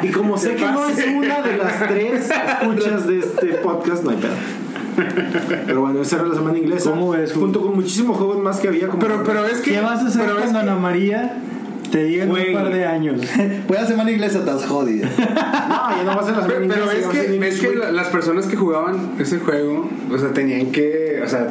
S1: Y como sé que no es una de las tres escuchas de este podcast, no hay pedo. Pero bueno, esa era la semana inglesa.
S2: ¿Cómo ves, güey?
S1: Junto con muchísimos juegos más que había. Como
S5: Pero, pero es que.
S2: ¿Qué vas a hacer
S5: pero es
S2: cuando Ana María te diga en
S4: Güey.
S2: un par de años?
S3: Voy a semana inglesa, estás jodido.
S1: No, Ah, ya no va a ser la semana
S5: Pero, pero
S1: inglesa.
S5: es
S1: ya va a ser
S5: que,
S1: English
S5: es que
S1: Week.
S5: la- las personas que jugaban ese juego, o sea, tenían que, o sea,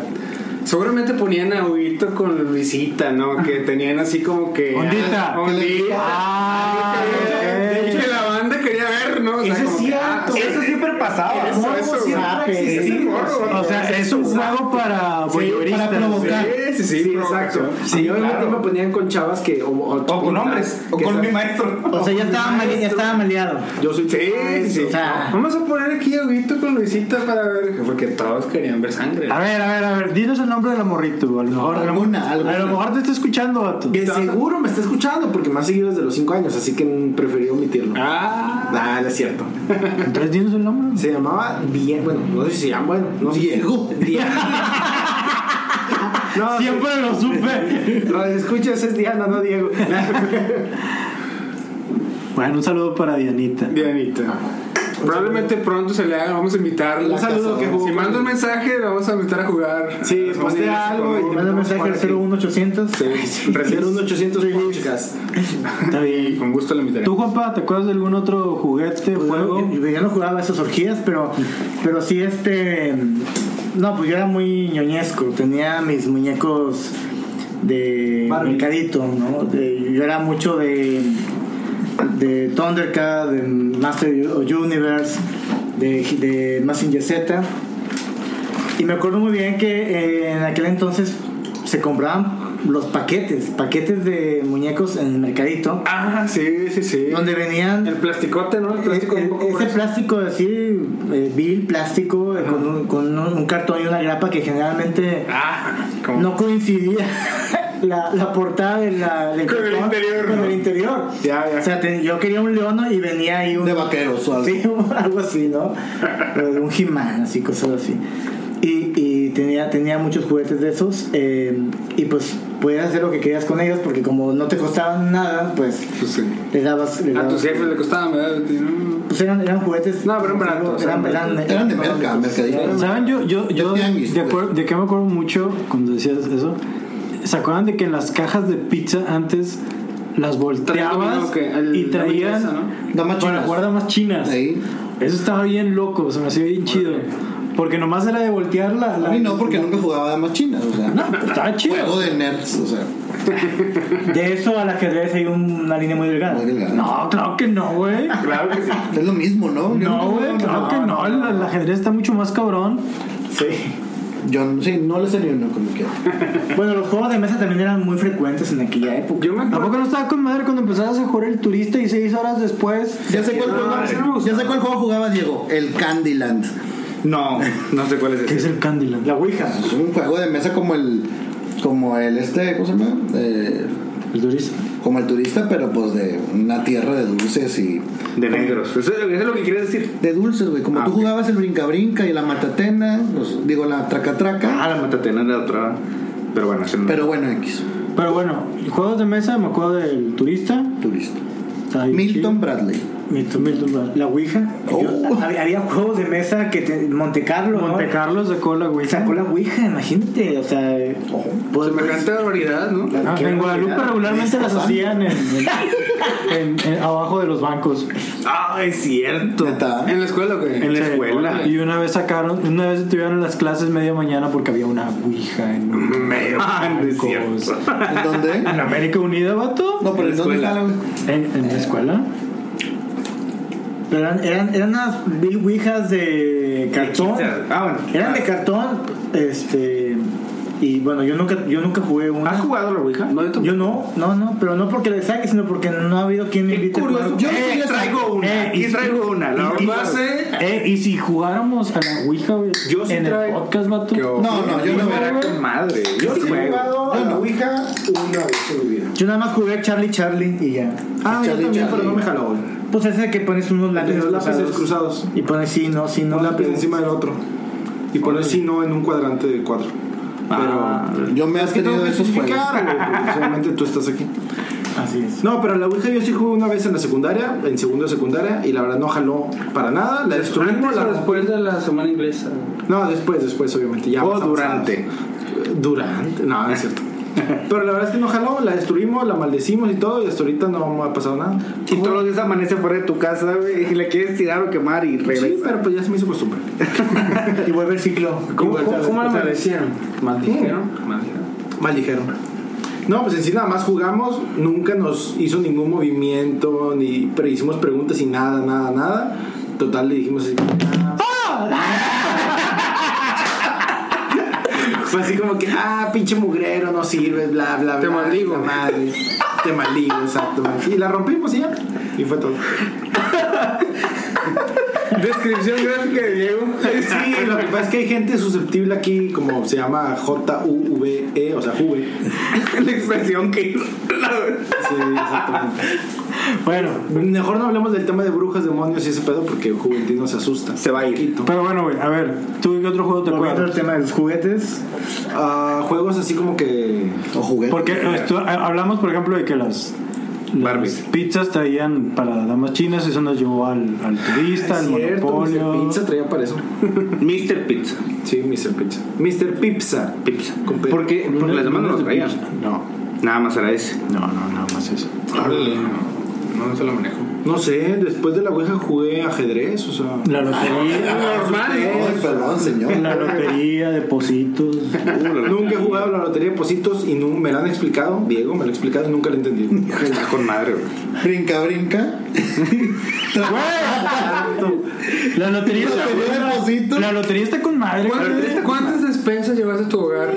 S5: seguramente ponían a Huguito con Luisita, ¿no? Que tenían así como que...
S2: Ondita.
S5: Ah, Ondita.
S2: Ah,
S5: Que-
S2: ok.
S5: Que la banda quería ver, ¿no? O sea,
S1: Eso es
S5: como que, ah,
S1: cierto.
S4: Eso siempre pasaba.
S5: Eso,
S1: Morbo
S5: eso,
S1: siempre
S5: ah,
S1: ha existido,
S5: sí, morbo,
S1: sí.
S2: O sea, es un juego para voyeuristas.
S3: para provocar.
S5: Sí, sí, sí,
S1: Sí, exacto.
S5: provocación.
S1: Sí, yo
S4: claro.
S1: me ponían con chavas que. O, o
S4: O con
S1: chavitas
S4: hombres. O
S1: que
S4: con
S1: saben-
S4: mi maestro.
S6: O sea, ya estaba, male- ya estaba maleado.
S1: Yo soy
S5: Sí,
S1: chavo,
S5: sí.
S6: O sea,
S5: Vamos a poner aquí a Huguito con Luisita para ver... Porque todos querían ver sangre.
S2: A ver, a ver, a ver, dinos el nombre de la morrita, güey. A lo mejor, a lo-
S3: Alguna, alguna.
S2: A lo mejor te está escuchando, vato.
S1: Que seguro me está escuchando porque me ha seguido desde los 5 años, así que preferí omitirlo.
S5: Ah.
S1: Nah, no es cierto.
S2: Entonces dinos el nombre.
S1: Se llamaba Diego. Bueno, no sé si se llama, bueno, no sé.
S3: Diego.
S1: Diego. no,
S2: Siempre lo supe.
S1: Lo escuchas es Diana, no Diego.
S2: Bueno, un saludo para Dianita.
S5: Dianita. Probablemente pronto se le haga, vamos a invitar.
S1: Un
S5: la
S1: saludo
S5: casa.
S1: que jugó
S5: Si
S1: con-
S5: manda un mensaje, lo vamos a invitar a jugar.
S1: Sí,
S5: Las
S1: postea
S5: monedas,
S1: algo
S5: por
S1: y
S5: favor.
S1: te-
S6: Manda un mensaje al 01800.
S5: Sí,
S1: Hacer un
S5: release.
S1: 800 podcast.
S6: Está bien.
S5: Con gusto lo invitaré.
S2: ¿Tú, Juanpa, te acuerdas de algún otro juguete,
S6: Pues,
S2: juego?
S6: yo- yo, yo no jugaba esas orgías, pero, pero sí este... No, pues yo era muy ñoñesco. Tenía mis muñecos de
S1: Barbie.
S6: mercadito, ¿no? De- yo era mucho de, de Thundercat, de Master U- Universe, de, de Massinger Z. Y me acuerdo muy bien que eh, en aquel entonces se compraban los paquetes, paquetes de muñecos en el mercadito,
S5: Ah, sí, sí, sí.
S6: donde venían
S5: El plasticote, ¿no? El plástico
S6: eh,
S5: un poco
S6: eh, ese
S5: grueso.
S6: plástico así, eh, vil, plástico, eh, con, un, con un- un cartón y una grapa que generalmente
S5: Ah, como.
S6: no coincidía la, la portada de la, del
S5: Con el
S6: cartón
S5: interior,
S6: Con
S5: ¿no?
S6: el interior.
S5: Ya, ya.
S6: O sea, te- yo quería un leono y venía ahí un...
S3: De vaqueros o algo.
S6: Sí, algo así, ¿no? Eh, un he así, cosas así. Y, y tenía, tenía muchos juguetes de esos eh, y pues podías hacer lo que querías con ellos porque como no te costaban nada, pues
S5: Pues sí.
S6: le dabas... le
S5: A
S6: dabas-
S5: tus jefes le costaba, ¿verdad? ¿no?
S6: pues eran, eran juguetes.
S5: No, pero eran baratos,
S6: Eran,
S5: eran
S6: eran,
S3: Eran de merca, mercadito.
S2: ¿Saben? Yo, yo, yo de,
S3: tianguis, pues.
S2: acuer- de qué me acuerdo mucho cuando decías eso. ¿Se acuerdan de que en las cajas de pizza antes las
S5: Traían
S2: volteabas
S5: lo que- el-
S2: y
S5: la
S2: traían
S5: hamburguesa, ¿no?
S3: Damas
S2: para
S3: chinas.
S2: guardar más chinas?
S3: Ahí.
S2: Eso estaba bien loco, se me hacía bien chido. Porque nomás era de voltear la.
S3: A
S2: la-
S3: mí no, Ah, porque nunca jugaba damas chinas, o sea.
S2: No, pero estaba chido.
S3: Juego de nerds, o sea.
S6: De eso al ajedrez hay un- una línea muy delgada.
S3: Muy delgada.
S2: No, claro que no, güey.
S5: Claro que sí.
S3: Es lo mismo, ¿no? Yo
S2: No, güey, claro que no. El, el ajedrez está mucho más cabrón.
S6: Sí.
S3: Yo sí, no le sé ni uno como quiera.
S5: Ah,
S6: Bueno, los juegos de mesa también eran muy frecuentes en aquella época.
S5: Yo me acuerdo.
S2: Tampoco no estaba con madre cuando empezabas a jugar el turista y seis horas después.
S3: Ya sé cuál
S5: No, ese no me
S3: juego,
S5: gusta.
S3: ya sé cuál juego jugaba Diego. El Candyland.
S4: No, no sé cuál es
S2: ¿Qué
S4: ese.
S2: es el Candyland?
S6: La Ouija.
S3: Es un juego de mesa como el. Como el este, ¿cómo se llama? Eh,
S2: El turista.
S3: como el turista, pero pues de una tierra de dulces y.
S4: De negros. Eso, es lo- eso es lo que quieres decir.
S3: De dulces, güey. Como
S4: Ah,
S3: tú
S4: ok.
S3: jugabas el brinca-brinca y la matatena, los- digo, la traca-traca.
S4: Ah, la matatena era otra. Pero bueno, ese no.
S3: Pero bueno, X,
S2: Pero bueno, juegos de mesa, me acuerdo del turista.
S3: turista.
S2: Está ahí,
S3: Milton Bradley.
S2: sí. Milton, Milton. Bradley.
S6: La Ouija.
S3: Oh.
S6: Yo- había, había juegos de mesa que te, Monte Carlo. ¿no?
S2: Monte Carlo sacó la güey.
S6: Sacó la Ouija, imagínate. O sea, pues,
S5: Semejante barbaridad, ¿no?
S2: Ah,
S6: qué
S2: en Guadalupe
S6: barbaridad.
S2: regularmente las hacían en, en- en- abajo de los bancos.
S4: Ah, es cierto.
S3: Neta.
S5: En la escuela, güey.
S4: En la
S2: Sí.
S4: escuela.
S2: Y una vez sacaron, una vez tuvieron las clases media mañana porque había una ouija en, un
S4: Me ah, no es
S2: bancos.
S4: cierto.
S3: ¿En dónde?
S2: ¿En América Unida, vato.
S3: No, pero
S4: En
S3: ¿en
S4: la
S3: dónde
S4: escuela.
S3: está la-
S2: ¿En, en la escuela?
S6: Pero eran, eran, eran unas mil Ouijas de cartón.
S4: Ah, bueno.
S6: Eran de cartón, este. Y bueno, yo nunca, yo nunca jugué una.
S4: ¿Has jugado la Ouija?
S5: No, yo tampoco.
S6: Yo no, no, no, pero no porque le saque, sino porque no ha habido quien me invite. a jugar.
S4: Yo eh, traigo una. Aquí traigo una. La
S5: Y
S4: verdad
S5: base.
S2: Eh, y si jugáramos a la Ouija, güey,
S4: Yo sí
S2: en el
S4: traigo-
S2: podcast, vato.
S5: Yo-
S3: No, no, yo no.
S4: era con madre. Yo
S1: Yo sí he
S4: juego.
S1: jugado a
S3: Yo
S1: la
S3: no.
S1: Ouija una vez en mi vida.
S6: Yo nada más jugué Charlie Charlie y ya.
S1: Ah, yo
S3: Charlie,
S1: también,
S3: Charlie.
S1: pero no me jaló. güey.
S6: Pues ese que pones unos lápices,
S1: Los lápices cruzados.
S6: Y pones sí, no, sí, no.
S1: Un lápiz
S6: pero-
S1: encima del otro. Y pones si no en un cuadrante de cuatro.
S4: Ah,
S1: Pero.
S3: Yo me has
S1: que tengo
S3: tenido
S1: que
S3: esos juegos.
S1: justificar, güey, porque solamente tú estás aquí.
S6: Así es.
S1: No, pero la Ouija yo sí jugué una vez en la secundaria, en segundo de secundaria, y la verdad no jaló para nada. La destruimos.
S5: Antes
S1: La...
S5: o después de la semana inglesa.
S1: No, después, después, obviamente. Ya
S4: O
S1: más avanzados.
S4: durante.
S1: Durante, no, no es cierto. Pero la verdad es que no jaló, la destruimos, la maldecimos y todo, y hasta ahorita no ha pasado nada.
S4: Y todos los días amanece fuera de tu casa, güey, y la quieres tirar o quemar y regresa.
S1: Sí, pero pues ya se me hizo costumbre.
S6: Y vuelve el ciclo.
S5: ¿Cómo,
S1: Igual,
S5: cómo,
S1: tal
S5: cómo la
S1: vez.
S5: maldecieron? ¿Maldijeron?
S1: Maldijeron. No, pues en sí nada más jugamos, nunca nos hizo ningún movimiento, ni pero hicimos preguntas y nada, nada, nada. Total, le dijimos así. Fue así como que, ah, pinche mugrero, no sirves, bla, bla, bla.
S5: Te maldigo.
S1: la Madre. Te maldigo, exacto. Y la rompimos y ya. Y fue todo.
S5: Descripción gráfica de Diego.
S1: Sí, lo que pasa es que hay gente susceptible aquí, como se llama J-U-V-E, E, o sea, Juve.
S4: la expresión que
S1: Sí, exactamente.
S2: Bueno,
S1: Mejor no hablemos del tema de brujas, demonios y ese pedo porque Juventud nos asusta.
S4: se va a ir.
S1: Poquito.
S2: pero bueno, güey, a ver, ¿tú qué otro juego te
S6: Volviendo al
S2: acuerdas?
S6: tema de los juguetes.
S1: Ah, juegos así como que.
S3: O jugué.
S2: eh, Porque esto- hablamos, por ejemplo, de que las
S4: Barbies.
S2: Pizzas traían para damas chinas, eso nos llevó al, al turista, al monopolio.
S1: Mr. Pizza traía para eso.
S4: Mr. Pizza.
S1: Sí, Mr. Pizza. Mr. Pizza.
S4: Pizza.
S1: Con P.
S4: ¿Por qué? Porque las demás no lo traían.
S1: No,
S4: Nada más era ese.
S2: No, no, nada más eso.
S5: Órale. No, no se lo manejo.
S1: no sé, después de la Ouija jugué ajedrez, o sea.
S2: La lotería,
S3: Ay, perdón, señor.
S2: la lotería, depositos.
S1: Nunca he jugado a la lotería de Positos y no, me la han explicado, Diego, me la ha explicado y nunca la he entendido.
S4: Está con madre, güey.
S3: Brinca, brinca.
S2: La lotería está
S3: Lotería de Positos.
S2: La lotería está con madre. güey.
S5: ¿Cuántas, cuántas despensas llevaste a tu hogar?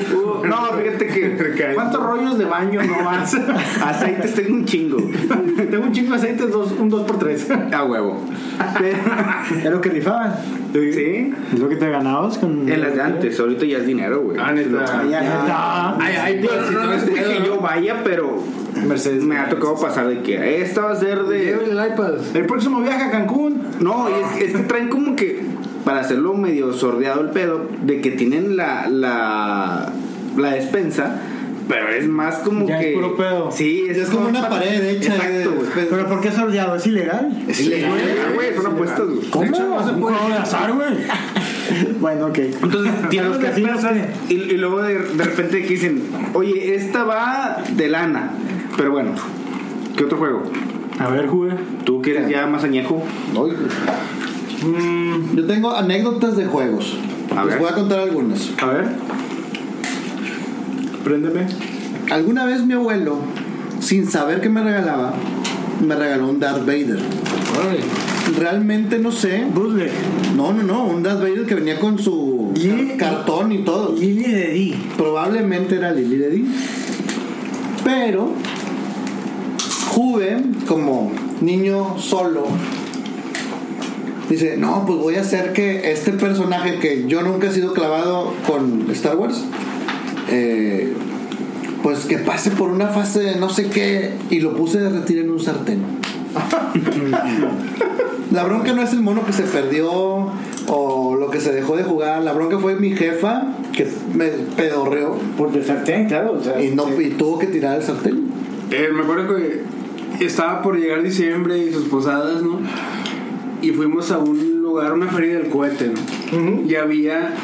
S4: No, fíjate que.
S1: ¿Cuántos rollos de baño no vas?
S4: Aceites tengo un chingo.
S1: Tengo un chingo de aceites, dos, un 2x3.
S4: A huevo.
S6: Era lo que rifaban.
S4: ¿Sí?
S2: Es lo que te ganabas con.
S4: En las de antes, ahorita ya es dinero, güey.
S5: Ah, neta.
S6: Allá,
S2: Ah,
S5: Ay, ay,
S4: Yo
S5: pero si
S4: no,
S5: no
S4: no es
S5: ves
S4: que
S5: pedo,
S4: yo vaya, pero
S1: Mercedes.
S4: me ha tocado pasar de que esta va a ser
S5: ¿no?
S4: de.
S5: Lleva el iPad.
S1: El próximo viaje a Cancún.
S4: No, y es, es que traen como que, para hacerlo medio sordeado el pedo, de que tienen la, la, la despensa, pero es más como
S2: Ya es
S4: que...
S2: puro pedo.
S4: Sí,
S3: Es como una
S4: más-
S3: pared hecha
S4: Exacto,
S3: de-
S4: güey.
S6: Pero ¿por qué sordeado? ¿Es ilegal?
S4: Es ilegal, güey, son apuestas, güey.
S2: ¿Cómo? Un juego de azar, güey.
S6: Bueno, ok.
S4: Entonces, tienes
S6: los
S4: que
S6: casinos
S4: hacer- y, y luego de, de repente que dicen, oye, esta va de lana. Pero bueno, ¿qué otro juego?
S2: A ver, jugué.
S4: ¿Tú que eres ya más añejo?
S3: Ay, Yo tengo anécdotas de juegos.
S4: A
S3: Les
S4: ver.
S3: voy a contar algunas.
S1: A ver. Préndeme.
S3: Alguna vez mi abuelo, sin saber qué me regalaba, me regaló un Darth Vader.
S5: Órale.
S3: Realmente no sé.
S6: Bootleg.
S3: No, no, no. Un Darth Vader que venía con su
S6: Y-
S3: cartón y todo.
S6: Lily de D.
S3: Probablemente era Lily Lady. Pero Juve, como niño solo, dice, no, pues voy a hacer que este personaje que yo nunca he sido clavado con Star Wars, eh, pues que pase por una fase de no sé qué y lo puse a derretir en un sartén. La bronca no es el mono que se perdió o lo que se dejó de jugar. La bronca fue mi jefa que me pedorreó
S6: Por de sartén, claro. O sea,
S3: y, no, y tuvo que tirar el sartén.
S5: Eh, me acuerdo que estaba por llegar diciembre y sus posadas, ¿no? Y fuimos a un lugar, una feria del cohete, ¿no? Y había.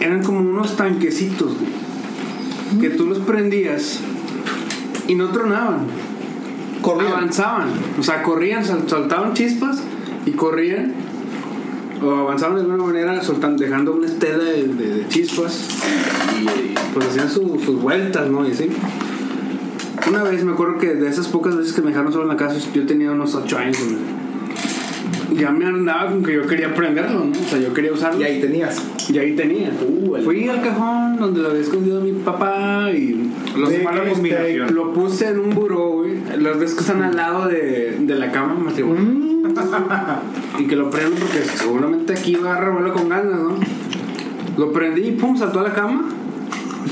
S5: Eran como unos tanquecitos, güey, Que tú los prendías y no tronaban.
S3: Corrían.
S5: Avanzaban. O sea, corrían, sal- saltaban chispas y corrían. O avanzaban de alguna manera, soltan- dejando una estela de, de- de chispas. Y pues hacían su- sus vueltas, ¿no? Y así. Una vez me acuerdo que de esas pocas veces que me dejaron solo en la casa, yo tenía unos 8 años. ¿no? Ya me andaba con que yo quería aprenderlo, ¿no? O sea, yo quería usarlo.
S1: Y ahí tenías. Uh,
S5: Y ahí tenía. Fui al cajón donde lo había escondido mi papá y este,
S4: Los
S1: Big
S4: mala
S1: mistake.
S4: combinación.
S5: lo puse en un buró, güey. Las veces que están
S1: Mm.
S5: al lado de, de la cama matrimonial.
S1: Mm.
S5: y que lo prendo porque seguramente aquí va a revuelo con ganas, ¿no? Lo prendí y pum, saltó a la cama.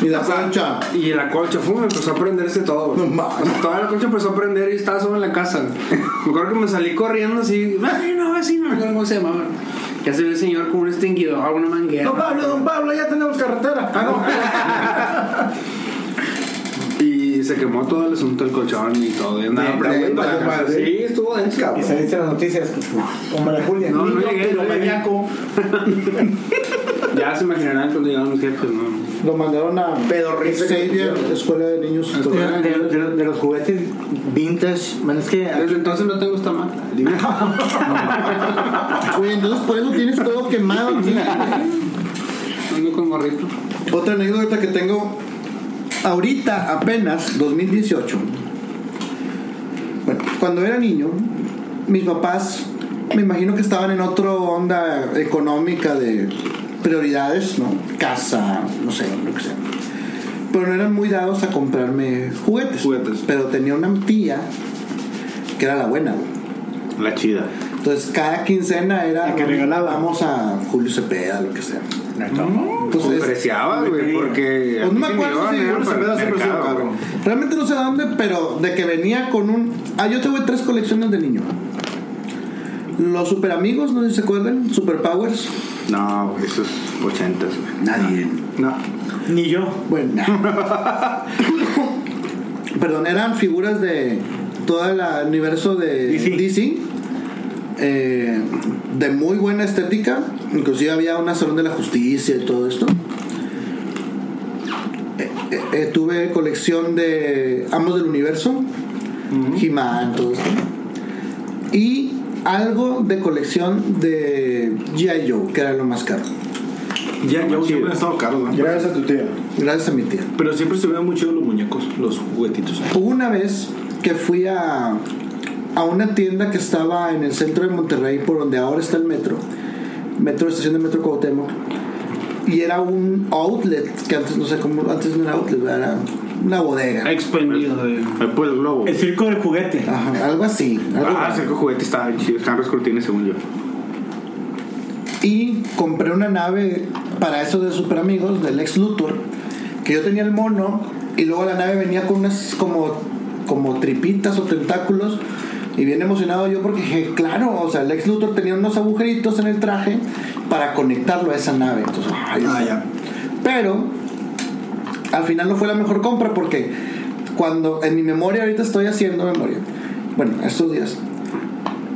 S3: Y la plancha.
S5: Y la colcha, fum, empezó a prenderse todo. güey.
S3: No mames.
S5: O sea, toda la colcha empezó a prender y estaba solo en la casa. Me acuerdo que me salí corriendo así. "Ah, Vecino, vecino, no sé cómo se llamaba. Ya se ve el señor con un extinguidor, una manguera.
S1: Don Pablo, don Pablo, ya tenemos carretera.
S5: Y se quemó todo el asunto del colchón y todo. Y andaba
S1: Neta,
S5: prendiendo
S1: güey,
S5: la
S1: vale,
S5: casa.
S1: madre.
S5: Sí, estuvo denso,
S6: Y
S5: cabrón.
S6: saliste en las noticias como la Julia.
S5: No, no
S1: Niño
S5: llegué, no llegué.
S1: piromaníaco.
S5: Ya se imaginarán cuando llegaron los jefes, ¿no?
S3: Lo mandaron a
S1: Pedorriza.
S3: Xavier, Escuela de Niños.
S6: De, de- de- de los juguetes vintage, bueno, es que
S5: Desde entonces no tengo esta mano.
S3: Güey, entonces por eso tienes todo quemado aquí.
S5: Ando con gorrito.
S3: Otra anécdota que tengo ahorita, apenas, 2018. Bueno, cuando era niño, mis papás, me imagino que estaban en otra onda económica de prioridades, ¿no? Casa, no sé, lo que sea. Pero no eran muy dados a comprarme juguetes.
S4: Juguetes.
S3: Pero tenía una tía que era la buena, güey.
S4: La chida.
S3: Entonces cada quincena era...
S6: La que regalaba.
S3: Vamos a Julio Cepeda, lo que sea.
S4: Pues
S3: Entonces,
S4: preciaba, güey, porque.
S3: Pues no me
S4: a mí
S3: acuerdo
S4: llevaban,
S3: si
S4: era
S3: Julio
S4: para
S1: Cepeda
S4: el
S1: siempre ha sido
S4: mercado,
S1: caro.
S4: güey.
S3: Realmente no sé de dónde, pero de que venía con un. Ah, yo tuve tres colecciones de niño. Los super amigos, no sé si se acuerdan, super powers.
S4: No, güey, esos ochentas, güey.
S3: Nadie.
S1: No.
S6: ni yo.
S3: Bueno. Perdón, eran figuras de todo el universo de
S6: DC.
S3: eh, de muy buena estética. Inclusive había una Salón de la Justicia y todo esto. Eh, eh, eh, tuve colección de Amos del Universo, He-Man, todo esto. Y algo de colección de G.I. Joe, que era lo más caro.
S1: Ya, yo siempre han estado caros, ¿no?
S8: Gracias a tu tía.
S3: Gracias a mi tía.
S1: Pero siempre estuvieron muy chidos los muñecos, los juguetitos.
S3: Hubo una vez que fui a, a una tienda que estaba en el centro de Monterrey, por donde ahora está el metro, metro estación de metro Cuauhtémoc, y era un outlet, que antes no sé cómo, antes no era outlet, ¿verdad? era una bodega,
S5: Exprimido de.
S4: Ahí por Ah, pues, el globo.
S6: El circo del juguete.
S3: Ajá, algo así. algo
S4: Ah,
S3: así.
S4: ese juguete estaba bien chido. Estaban rescrutines, según yo.
S3: Y compré una nave para eso de Super Amigos, del ex Luthor, que yo tenía el mono, y luego la nave venía con unas como, como tripitas o tentáculos. Y bien emocionado yo porque dije, claro, o sea, el ex Luthor tenía unos agujeritos en el traje para conectarlo a esa nave. Entonces, ay,
S1: Ah, ya.
S3: pero al final no fue la mejor compra porque cuando en mi memoria ahorita estoy haciendo memoria. Bueno, estos días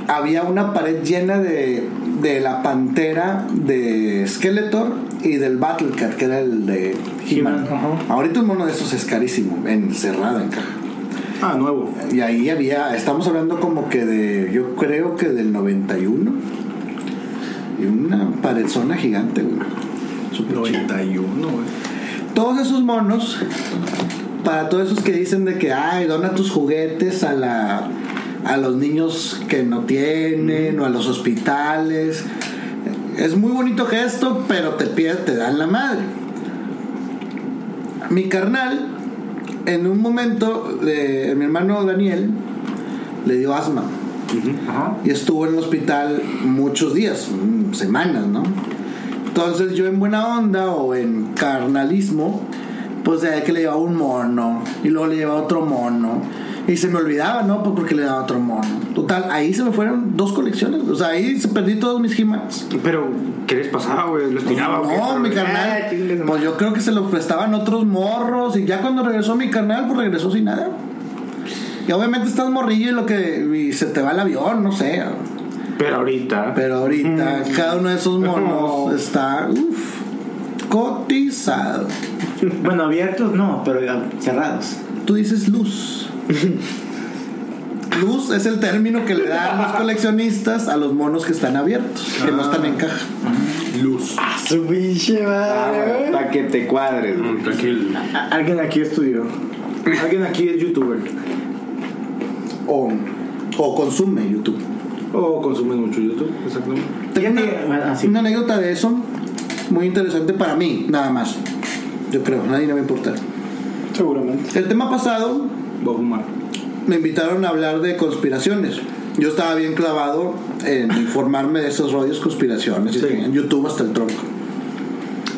S3: había una pared llena de, de la pantera de Skeletor y del Battlecat, que era el de He-Man. Ahorita un mono de esos es carísimo, encerrado en caja.
S1: Ah, nuevo.
S3: Y ahí había, estamos hablando como que de, yo creo que del 91. Y una paredzona gigante, güey. Súper chida.
S1: 91, güey.
S3: todos esos monos, para todos esos que dicen de que, ay, dona tus juguetes a la a los niños que no tienen o a los hospitales. Es muy bonito gesto, pero te pierdes, te dan la madre. Mi carnal, en un momento, eh, mi hermano Daniel le dio asma. Y estuvo en el hospital muchos días, mm, semanas, ¿no? Entonces yo en buena onda o en carnalismo, pues de ahí que le llevaba un mono y luego le llevaba otro mono. Y se me olvidaba, ¿no? Pues porque le daba otro mono. Total, ahí se me fueron dos colecciones. O sea, ahí se perdí todos mis he
S4: Pero, ¿qué les pasaba, güey? ¿Los tiraba o qué?
S3: no, mi
S4: Ah,
S3: carnal.
S4: chingues,
S3: Pues yo creo que se los prestaban otros morros. Y ya cuando regresó mi carnal, pues regresó sin nada. Y obviamente estás morrillo y lo que. y se te va el avión, no sé.
S4: Pero ahorita. Mm.
S3: Pero ahorita, cada uno de esos monos está. Uf, cotizado.
S6: Bueno, abiertos no, pero cerrados.
S3: Tú dices luz. Luz es el término que le dan los coleccionistas a los monos que están abiertos, que no están en caja.
S1: Luz.
S6: Su pinche madre, güey.
S4: Para que te cuadres, güey.
S5: Mm, Tranquilo.
S6: Alguien aquí estudió.
S1: Alguien aquí es youtuber.
S3: O, o consume YouTube.
S1: O consume mucho YouTube, exactamente.
S3: Tengo
S6: Fíjate, bueno,
S3: una,
S6: así.
S3: una anécdota de eso muy interesante para mí, nada más. Yo creo, nadie le va a importar.
S8: Seguramente.
S3: El tema pasado
S1: Va a fumar.
S3: me invitaron a hablar de conspiraciones. Yo estaba bien clavado en informarme de esos rollos conspiraciones. y
S1: Sí.
S3: tenía en YouTube hasta el tronco.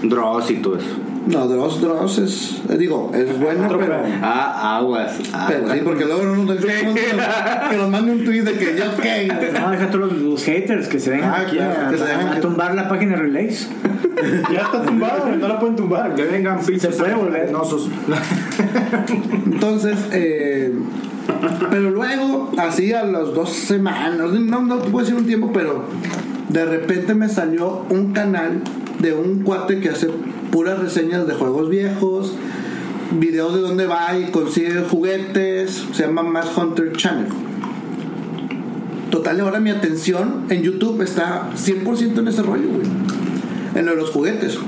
S4: Dross y todo eso.
S3: No, Dross, Dross es. eh, Digo, es bueno, pero.
S4: Ah, aguas.
S3: Pero sí, porque luego no nos decimos que nos- que nos mande un tweet de que yo qué.
S6: No, Ah,
S9: Ah,
S6: deja todos los, los haters que se vengan
S3: Ah,
S6: aquí
S3: claro,
S6: a,
S3: que se vengan
S6: a
S3: aquí.
S6: tumbar la página de Relays.
S8: Ya está tumbado, no la pueden tumbar.
S1: Que vengan pinches.
S8: puede volver.
S1: venenosos.
S3: Entonces, eh, pero luego, así a las dos semanas, no, no te puedo decir un tiempo, pero de repente me salió un canal de un cuate que hace puras reseñas de juegos viejos, videos de dónde va y consigue juguetes, se llama Mass Hunter Channel. Total, ahora mi atención en YouTube está 100% en ese rollo, güey. En lo de los juguetes.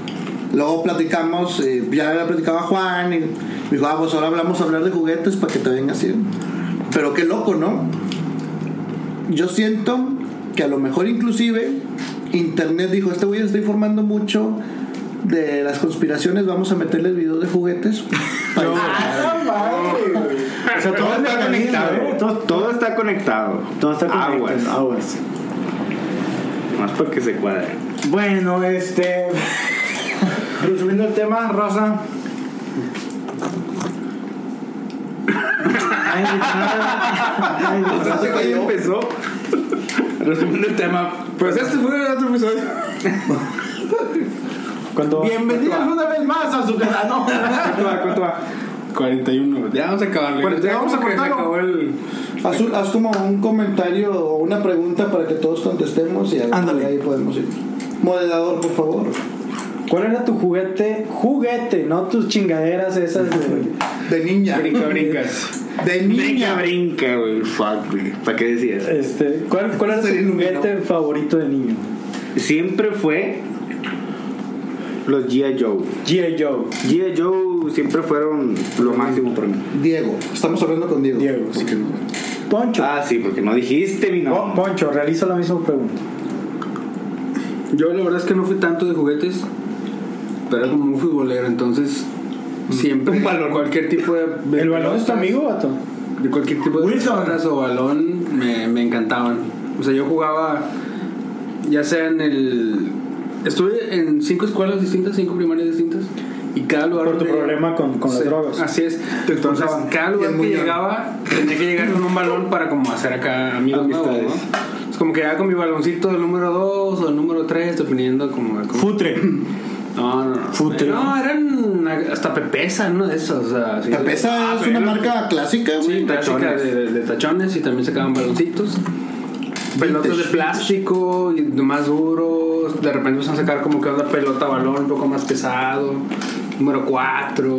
S3: Luego platicamos, eh, ya le platicaba a Juan y me dijo, ah, pues ahora hablamos a hablar de juguetes para que te vengas así. Pero qué loco, ¿no? Yo siento que a lo mejor inclusive Internet dijo, este güey se está informando mucho de las conspiraciones, vamos a meterle videos de juguetes. para informar".
S6: O sea,
S4: Todo
S6: todo,
S4: está conectado. Todo,
S6: Todo,
S4: está conectado.
S6: todo está conectado.
S4: Aguas.
S6: Aguas.
S4: Más para que se cuadre.
S6: Bueno, este.
S1: Resumiendo el tema, raza.
S6: Ay, ay,
S4: O sea,
S6: ay,
S4: ese güey empezó. Resumiendo el tema. Pues este fue el otro episodio.
S1: Bienvenidos una vez más a su canal. No.
S4: ¿Cuánto va? ¿Cuánto va?
S5: 41. Ya vamos a acabarle.
S4: Bueno, ya
S5: Ya
S4: vamos a
S5: como que se
S4: cortarlo.
S5: acabó el.
S3: Haz, un- haz como un comentario o una pregunta para que todos contestemos y ahí-
S4: Ándale.
S3: ahí podemos ir. Moderador, por favor.
S9: ¿Cuál era tu juguete? Juguete, no tus chingaderas esas de.
S3: De niña.
S1: Brinca, brincas.
S3: De
S1: Brinca,
S3: niña.
S1: brinca, güey. Fuck, güey. ¿Para qué decías?
S9: Este, ¿Cuál, cuál era tu
S3: Se iluminó.
S9: juguete favorito de niño?
S1: Siempre fue los G.I. Joe.
S9: G.I. Joe.
S1: G.I. Joe siempre fueron lo máximo para mí.
S3: Diego. Estamos hablando con Diego.
S9: Diego,
S3: Así que no.
S9: Poncho.
S1: Ah, sí, porque no dijiste mi
S9: Po-
S1: nombre.
S9: Poncho, realiza la misma pregunta.
S5: Yo la verdad es que no fui tanto de juguetes, pero era como un futbolero, entonces siempre cualquier tipo de...
S9: Mm. ¿El balón es tu amigo, vato?
S5: De cualquier tipo de
S9: Wilson.
S5: pelotas o balón me, me encantaban. O sea, yo jugaba ya sea en el... Estuve en cinco escuelas distintas, cinco primarias distintas. Y cada lugar...
S9: Por tu
S5: donde-
S9: problema con- con las drogas.
S5: Así es. Entonces,
S3: torzaban.
S5: cada
S3: Y
S5: lugar
S3: el
S5: que
S3: muñón.
S5: llegaba tenía que llegar con un balón para como hacer acá amigos nuevos,
S1: Amistades.
S5: ¿no? Es como que llegaba con mi baloncito del número 2 o el número 3, dependiendo como... como
S2: Futre.
S5: no, no, no.
S2: Fútil.
S5: No, eran hasta Pepesa, uno de esos. O sea, sí.
S3: Tapeza
S5: Ah,
S3: es una
S5: pero-
S3: marca clásica, güey.
S5: Sí, tachones. De, de tachones y también sacaban baloncitos. Pelotas de plástico y más duros. De repente empezaron a sacar como que otra pelota balón un poco más pesado. Número 4.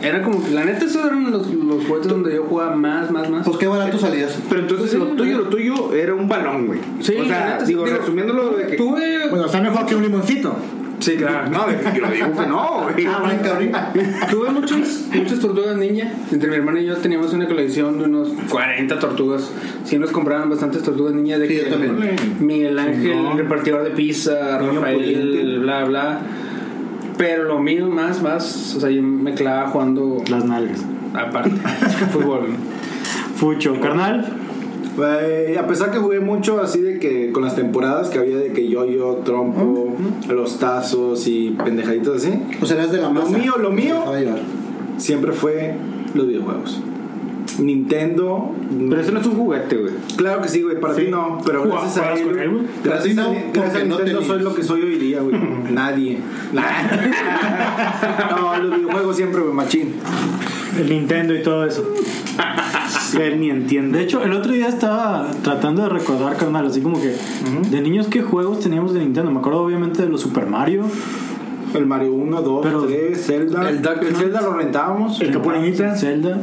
S5: Era como que, la neta, esos eran los, los juguetes donde yo jugaba más, más, más.
S3: Pues qué barato salías.
S1: Pero entonces lo tuyo, lo tuyo era un balón, güey.
S5: Sí,
S1: o
S5: la
S1: sea,
S5: neta, sí,
S1: digo, resumiéndolo de que.
S5: Tuve.
S6: Bueno, está mejor que un limoncito.
S5: sí, claro.
S1: No, de que yo digo que no, güey.
S3: Brinca, brinca.
S5: Tuve muchas, muchas tortugas niña. Entre mi hermana y yo teníamos una colección de unos 40 tortugas. Sí nos compraban bastantes tortugas niña de
S3: Sí, yo
S5: que
S3: también.
S5: Miguel Ángel, repartidor de pizza, Rafael, bla bla. Pero lo mío más, más, o sea, yo me clavaba jugando
S2: Las nalgas.
S5: aparte, fútbol.
S2: Fucho, carnal.
S4: Eh, a pesar que jugué mucho así de que con las temporadas que había de que yo-yo, trompo, los tazos y pendejaditas así,
S3: O sea, Pues eras de la
S4: Lo
S3: masa.
S4: mío, lo mío.
S3: Dejaba llevar.
S4: siempre fue los videojuegos. Nintendo.
S1: Pero eso no es un juguete, güey.
S4: Claro que sí, güey, para ti no, pero
S2: Jugaba-
S4: gracias a
S2: jugabas
S4: él,
S2: con él, güey.
S3: Para ti
S4: Gracias,
S3: no,
S4: a, gracias
S3: porque
S4: a Nintendo
S3: no tenías.
S4: soy lo que soy hoy día, güey. Nadie. Nah. no, los videojuegos siempre, güey, machín.
S2: El Nintendo y todo eso.
S1: Él ni entiende.
S2: De hecho, el otro día estaba tratando de recordar, carnal, así como que de niños qué juegos teníamos de Nintendo. Me acuerdo obviamente de los Super Mario.
S4: El Mario 1, 2,
S2: Pero-
S4: 3, Zelda.
S5: El Duck Hunt.
S4: Zelda lo rentábamos.
S2: Capulinita. Zelda.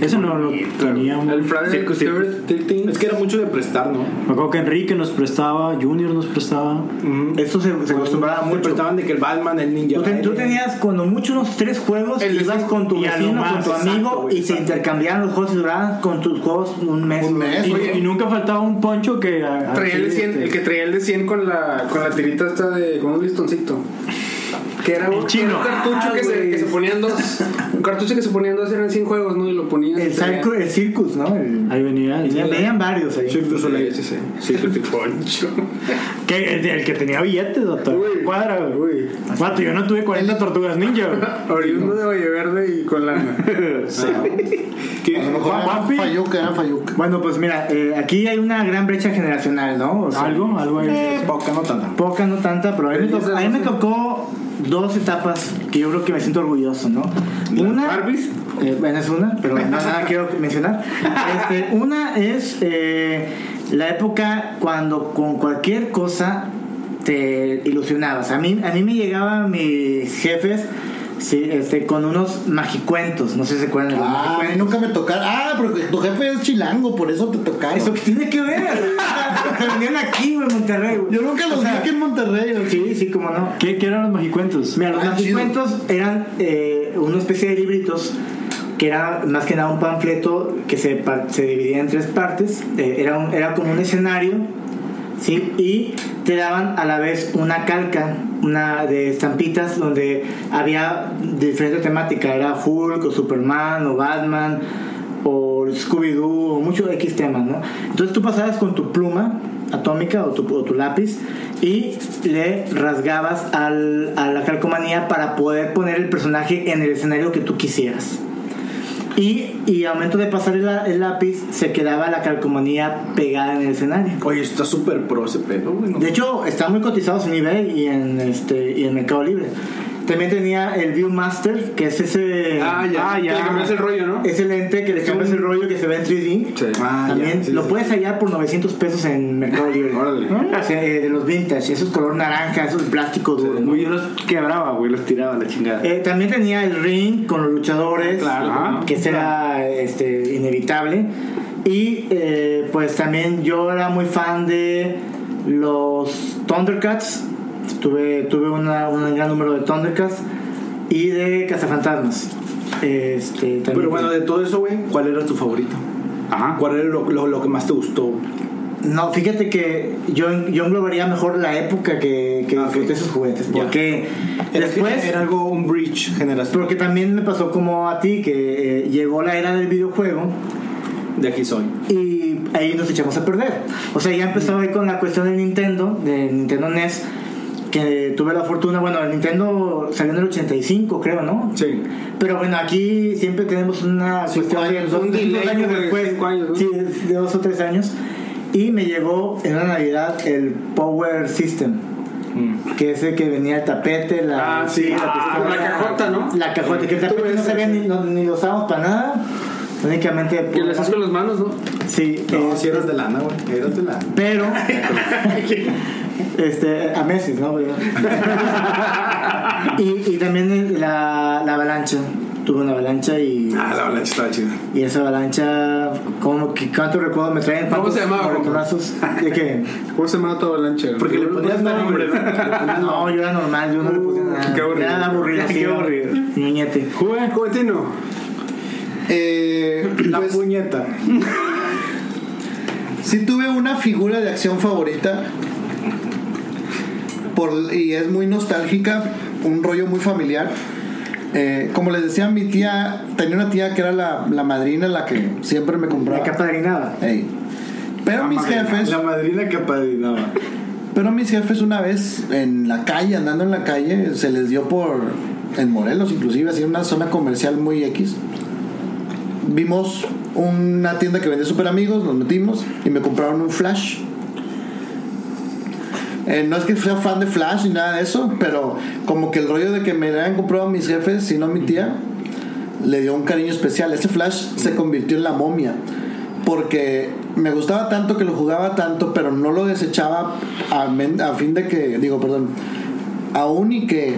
S2: Ese no lo teníamos.
S5: El Friday
S1: Circus,
S5: the
S1: circus.
S5: 13th.
S4: Es que era mucho de prestar, ¿no?
S2: Me acuerdo que Enrique nos prestaba, Junior nos prestaba.
S6: Eso se, se acostumbraba
S4: Te
S6: mucho.
S4: prestaban de que el Batman, el Ninja.
S6: Tú, te- tú
S4: Gaiden.
S6: tenías cuando mucho unos tres juegos,
S2: El
S6: ibas con tu
S2: y a lo
S6: vecino,
S2: más,
S6: con tu
S2: exacto,
S6: amigo
S4: güey,
S6: y se
S4: exacto.
S6: intercambiaban los juegos y duraban con tus juegos un mes.
S3: Un mes.
S2: Y,
S3: Oye,
S2: y nunca faltaba un poncho que. a-
S5: Traía el, de
S2: así,
S5: 100,
S2: este,
S5: el que traía el de 100 con la, con la tirita esta de. con un listoncito. Que era un,
S2: chino.
S5: un cartucho
S9: Ah,
S5: que, se,
S9: güey.
S5: que se ponían dos. Un cartucho que se ponían dos eran 100 juegos, ¿no? Y lo ponían.
S6: El,
S5: y traía-
S6: circus, el circus, ¿no? El-
S2: Ahí venía.
S6: venían, venían varios ahí.
S5: Sí, sí, sí. Sí, sí, sí, poncho.
S2: Que- el, el que tenía billetes, doctor.
S5: Uy.
S2: Cuadra, güey.
S5: Uy.
S2: Vato, yo no tuve 40 tortugas ninja, güey.
S5: Oriundo de Valle Verde y con lana.
S3: A lo mejor
S2: Juan-
S3: era
S2: Juanpi.
S3: Fayuca, era Fayuca.
S6: Ah. Bueno, pues mira, eh, aquí hay una gran brecha generacional, ¿no? O sea,
S2: Algo, algo ahí.
S4: Poca, no tanta.
S6: Poca, no tanta, pero a mí, me tocó, a mí me tocó dos etapas que yo creo que me siento orgulloso, ¿no? Una.
S1: Barbies?
S6: Eh, bueno, es una, pero no, nada quiero mencionar. Este, una es eh, la época cuando con cualquier cosa te ilusionabas. A mí, a mí me llegaban mis jefes sí, este, con unos magicuentos, no sé si se acuerdan de los
S3: Ah, a mí
S6: magicuentos.
S3: nunca me tocaron. Ah, porque tu jefe es chilango, por eso te tocaron.
S6: ¿Eso qué tiene que ver? O sea, Venían aquí, güey, en Monterrey. güey.
S3: Yo nunca los
S6: O
S3: vi
S6: sea,
S3: aquí en Monterrey. güey.
S6: Sí, sí, cómo no.
S2: ¿Qué, qué eran los magicuentos?
S6: Mira, los
S3: Ah, chido.
S6: magicuentos eran eh, una especie de libritos que era más que nada un panfleto que se, par- se dividía en tres partes. Eh, era, un- era como un escenario, ¿sí? Y te daban a la vez una calca, una de estampitas donde había diferente temática. Era Hulk o Superman o Batman o Scooby-Doo o muchos X temas, ¿no? Entonces tú pasabas con tu pluma atómica o tu, o tu lápiz y le rasgabas al- a la calcomanía para poder poner el personaje en el escenario que tú quisieras. Y, y al momento de pasar el, la- el lápiz se quedaba la calcomanía pegada en el escenario.
S4: Oye, está súper pro ese pedo, güey. ¿no?
S6: De hecho, están muy cotizados en eBay y en, este, y en Mercado Libre. También tenía el Viewmaster, que es ese.
S5: Ah, ya.
S6: Ah,
S5: Que le cambias el rollo, ¿no?
S6: Es el lente que le cambias el rollo que se ve en 3D.
S5: Sí.
S3: Ah,
S6: También
S3: ya, sí,
S6: lo
S3: sí.
S6: puedes hallar por 900 pesos en Mercado Libre.
S5: Órale.
S6: ¿No? O sea, eh, de los vintage, esos color naranja, esos plástico duro. ¿no?
S4: Güey, yo los quebraba, güey, los tiraba a la chingada.
S6: Eh, también tenía el ring con los luchadores,
S1: Ah,
S5: Claro,
S6: ajá,
S5: ¿no?
S6: que ese era este, inevitable. Y eh, pues también yo era muy fan de los Thundercats. Tuve, tuve una- un gran número de Thundercats y de Cazafantasmas. Este, también
S1: Pero bueno, de todo eso, güey, ¿cuál era tu favorito?
S4: Ajá.
S1: ¿Cuál era lo, lo- lo que más te gustó?
S6: No, fíjate que yo, yo englobaría mejor la época que, que
S1: Ah, ok.
S6: disfruté esos juguetes. Porque
S1: Era,
S6: después.
S1: era algo, un bridge generacional.
S6: Porque también me pasó como a ti, que eh, llegó la era del videojuego
S1: De aquí soy.
S6: y ahí nos echamos a perder. O sea, ya empezó ahí con la cuestión del Nintendo, del Nintendo NES, que tuve la fortuna, bueno, el Nintendo salió en el 85, creo, ¿no?
S1: Sí.
S6: Pero bueno, aquí siempre tenemos una cuestión de dos,
S5: un delay
S6: dos años
S5: como de
S6: después,
S5: cinco años, ¿no?
S6: sí, de- de dos o tres años. Y me llegó en la Navidad el Power System, que es el que venía el tapete, la,
S5: Mm. Ah, sí. Ah,
S6: pistola,
S5: la cajota, ¿no?
S6: La cajota, que el
S5: Tú
S6: tapete no
S5: ves, sí.
S6: sabía ni, no- ni lo usábamos para nada, únicamente.
S5: Que le haces con las manos, ¿no?
S6: Sí,
S1: No,
S6: eh,
S1: si eras de lana, güey. Eras de lana.
S6: pero este a meses no Pero- y, y también la, la avalancha tuve una avalancha y,
S1: Ah, la avalancha estaba chida.
S6: y esa avalancha como que cuánto recuerdo me traen
S5: ¿Cómo se llamaba, compa?
S6: brazos de que
S5: ¿Cómo se llama tu avalancha? güey?
S1: Porque le ponías nombre, güey.
S6: no yo era normal yo no le puse nada
S5: qué aburrido.
S6: era aburrido sí,
S5: Qué
S6: era
S5: aburrido.
S6: ñoñete
S5: Juve, Juventino.
S3: Eh,
S1: La
S3: pues,
S1: puñeta.
S3: sí tuve una figura de acción favorita por, y es muy nostálgica, un rollo muy familiar. Eh, como les decía, mi tía tenía una tía que era la, la madrina, la que siempre me
S6: la
S3: compraba.
S6: capa de nada
S3: Ey. Pero mis jefes,
S1: La madrina que apadrinaba.
S3: pero mis jefes una vez en la calle, andando en la calle, se les dio por en Morelos, inclusive, así en una zona comercial muy X. Vimos una tienda que vendía super amigos, nos metimos y me compraron un flash. Eh, no es que sea fan de Flash ni nada de eso, pero como que el rollo de que me lo hayan comprado mis jefes, si no mi tía, le dio un cariño especial. Ese Flash se convirtió en la momia. Porque me gustaba tanto que lo jugaba tanto, pero no lo desechaba a, men- a fin de que, digo, perdón, aún y que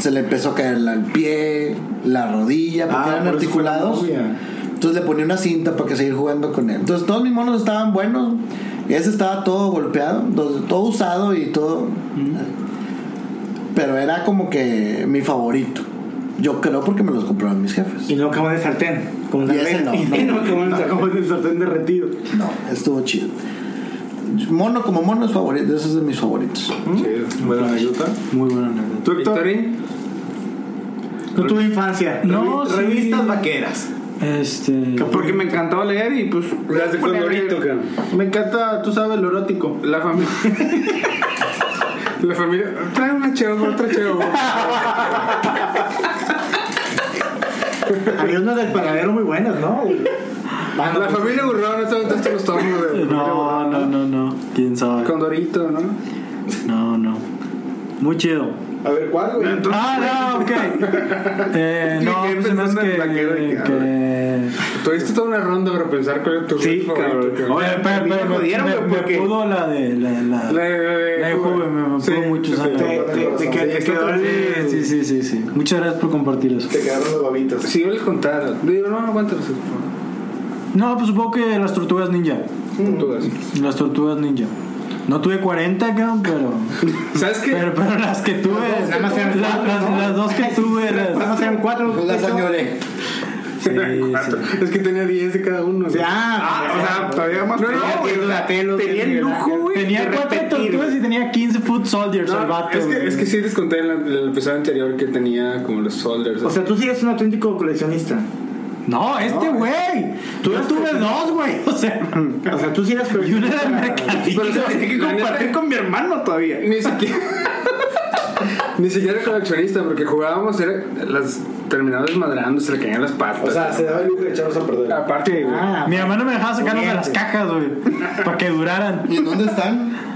S3: se le empezó a caer la- el pie, la rodilla, porque
S1: Ah,
S3: eran
S1: por eso fue la
S3: articulados.
S1: momia.
S3: Entonces le ponía una cinta para que seguir jugando con él. Entonces todos mis monos estaban buenos. Y ese estaba todo golpeado, todo- todo usado y todo. Pero era como que mi favorito. Yo creo porque me los compraron mis jefes.
S6: y no como de sartén como
S3: Y
S6: de
S3: ese no, no,
S1: Está como en el sartén derretido.
S3: no, estuvo chido. Mono como mono es favorito, ese es de mis favoritos.
S4: ¿Mm?
S1: Buena anécdota.
S5: Muy buena anécdota.
S1: ¿Tú, Héctor?
S5: Victorín,
S6: no tuve infancia
S2: No, sí.
S1: Revistas vaqueras.
S2: Este.
S4: Porque me encantaba leer y pues.
S5: Las de colorito, cabrón.
S1: Me encanta, tú sabes, lo erótico.
S5: La familia. La familia. Trae una cheva, otra cheva.
S6: había unas del paradero muy buenas no Bueno,
S5: La
S6: pues,
S5: familia burrón, no te aventaste los tomos de.
S2: No, no, no, no. ¿Quién sabe?
S5: Con Dorito, ¿no?
S2: No, no. Muy chido.
S1: A ver, ¿cuál, güey?
S2: Ah, no, ok. Eh,
S4: Me
S2: no,
S4: quedé
S2: pues se me hace
S4: pensando en
S2: que.
S4: Vaquero y que-
S2: que-
S5: Tuviste toda una ronda para pensar cuál era tu
S4: Sí,
S5: favorito,
S4: cabrón.
S5: cabrón.
S2: Oye, pero,
S4: me
S2: pero, me-
S4: jodieron,
S2: me,
S4: güey,
S2: me
S4: porque-
S2: pudo la de. La, la,
S5: La de- de-
S2: la de
S5: Juve.
S2: Juve, me, me pudo
S5: Sí,
S2: mucho esa.
S5: perfecto.
S6: te- te- te- te- te quedó el-
S2: Sí, sí, sí, sí, sí. Muchas gracias por compartir eso.
S1: Te quedaron los babitas.
S5: Si yo les contara, digo, no, aguántalos.
S2: No, pues supongo que las tortugas ninja.
S5: Tortugas.
S2: Las tortugas ninja. No tuve 40, cabrón, pero.
S5: ¿Sabes qué?
S2: Pero, pero las que tuve.
S6: Nada más eran
S2: la-
S6: cuatro,
S2: las,
S6: ¿no?
S2: las dos que tuve.
S6: nada
S2: las-
S6: más eran cuatro
S3: La
S6: eso-
S3: señoré.
S2: sí,
S5: Cuatro.
S2: sí.
S5: Es que tenía 10 de cada uno. güey.
S6: Ah,
S4: Ah, o sea, todavía más.
S5: No, no,
S4: tenía,
S5: güey,
S4: o sea,
S6: Donatello,
S4: tenía el
S6: tenía-
S4: lujo, güey.
S2: Tenía
S4: de
S2: cuatro
S4: repetir,
S2: tortugas y tenía 15 foot soldiers
S5: No,
S2: al vato.
S5: es, que,
S2: güey.
S5: es que sí les conté en la- en el episodio anterior que tenía como los soldiers.
S6: O sea, tú sí eres un auténtico coleccionista.
S2: No, este güey. Tú yo tuve dos, güey. O sea,
S6: O sea, tú sí eres
S2: y una
S6: coleccionista.
S2: era el mercadillo.
S5: Pero
S4: Tenía que compartir con mi hermano todavía.
S5: Ni siquiera. ni siquiera era coleccionista, porque jugábamos, era, las terminábamos desmadrando, se le caían las patas.
S1: O sea, se daba el lujo de echarlos a perder.
S5: aparte, güey.
S6: Ah,
S2: Mi hermano me dejaba sacarlos de las cajas, güey. Para que duraran.
S3: ¿Y en dónde están?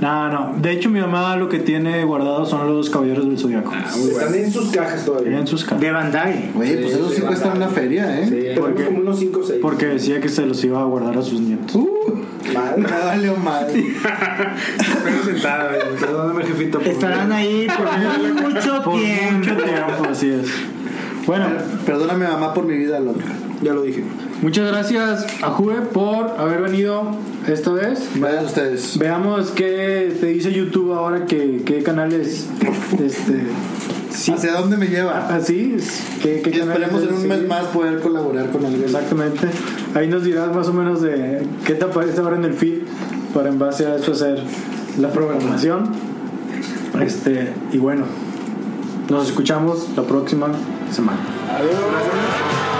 S10: No, no. De hecho, mi mamá lo que tiene guardado son los caballeros del zodiaco.
S4: Están en sus cajas todavía.
S10: en sus casas.
S1: Ah, De Bandai.
S3: Oye, pues eso sí cuesta una feria, ¿eh?
S4: Tenemos como unos 5 o 6.
S10: Porque decía que se los iba a guardar a sus nietos.
S4: Madre.
S3: Nada vale o madre.
S4: Perdóname, jefita. por
S1: Estarán ahí por muy mucho
S10: Por mucho
S1: tiempo.
S10: tiempo, así es. Bueno,
S3: Perdóname, mamá, por mi vida loca.
S4: favor. Ya lo dije.
S2: Muchas gracias a Juve por haber venido esta vez.
S3: Vayan ustedes.
S2: Veamos qué te dice YouTube ahora, que, qué canales. Este,
S3: ¿Hacia dónde me
S2: Ah,
S10: ah,
S3: lleva?
S2: así es. ¿Qué, qué
S3: Y esperemos
S2: canales
S3: en un
S2: sigue.
S3: mes más poder colaborar con alguien.
S2: Exactamente. Ahí nos dirás más o menos de qué te aparece ahora en el feed para en base a eso hacer la programación. Este, y bueno, nos escuchamos la próxima semana.
S4: Gracias.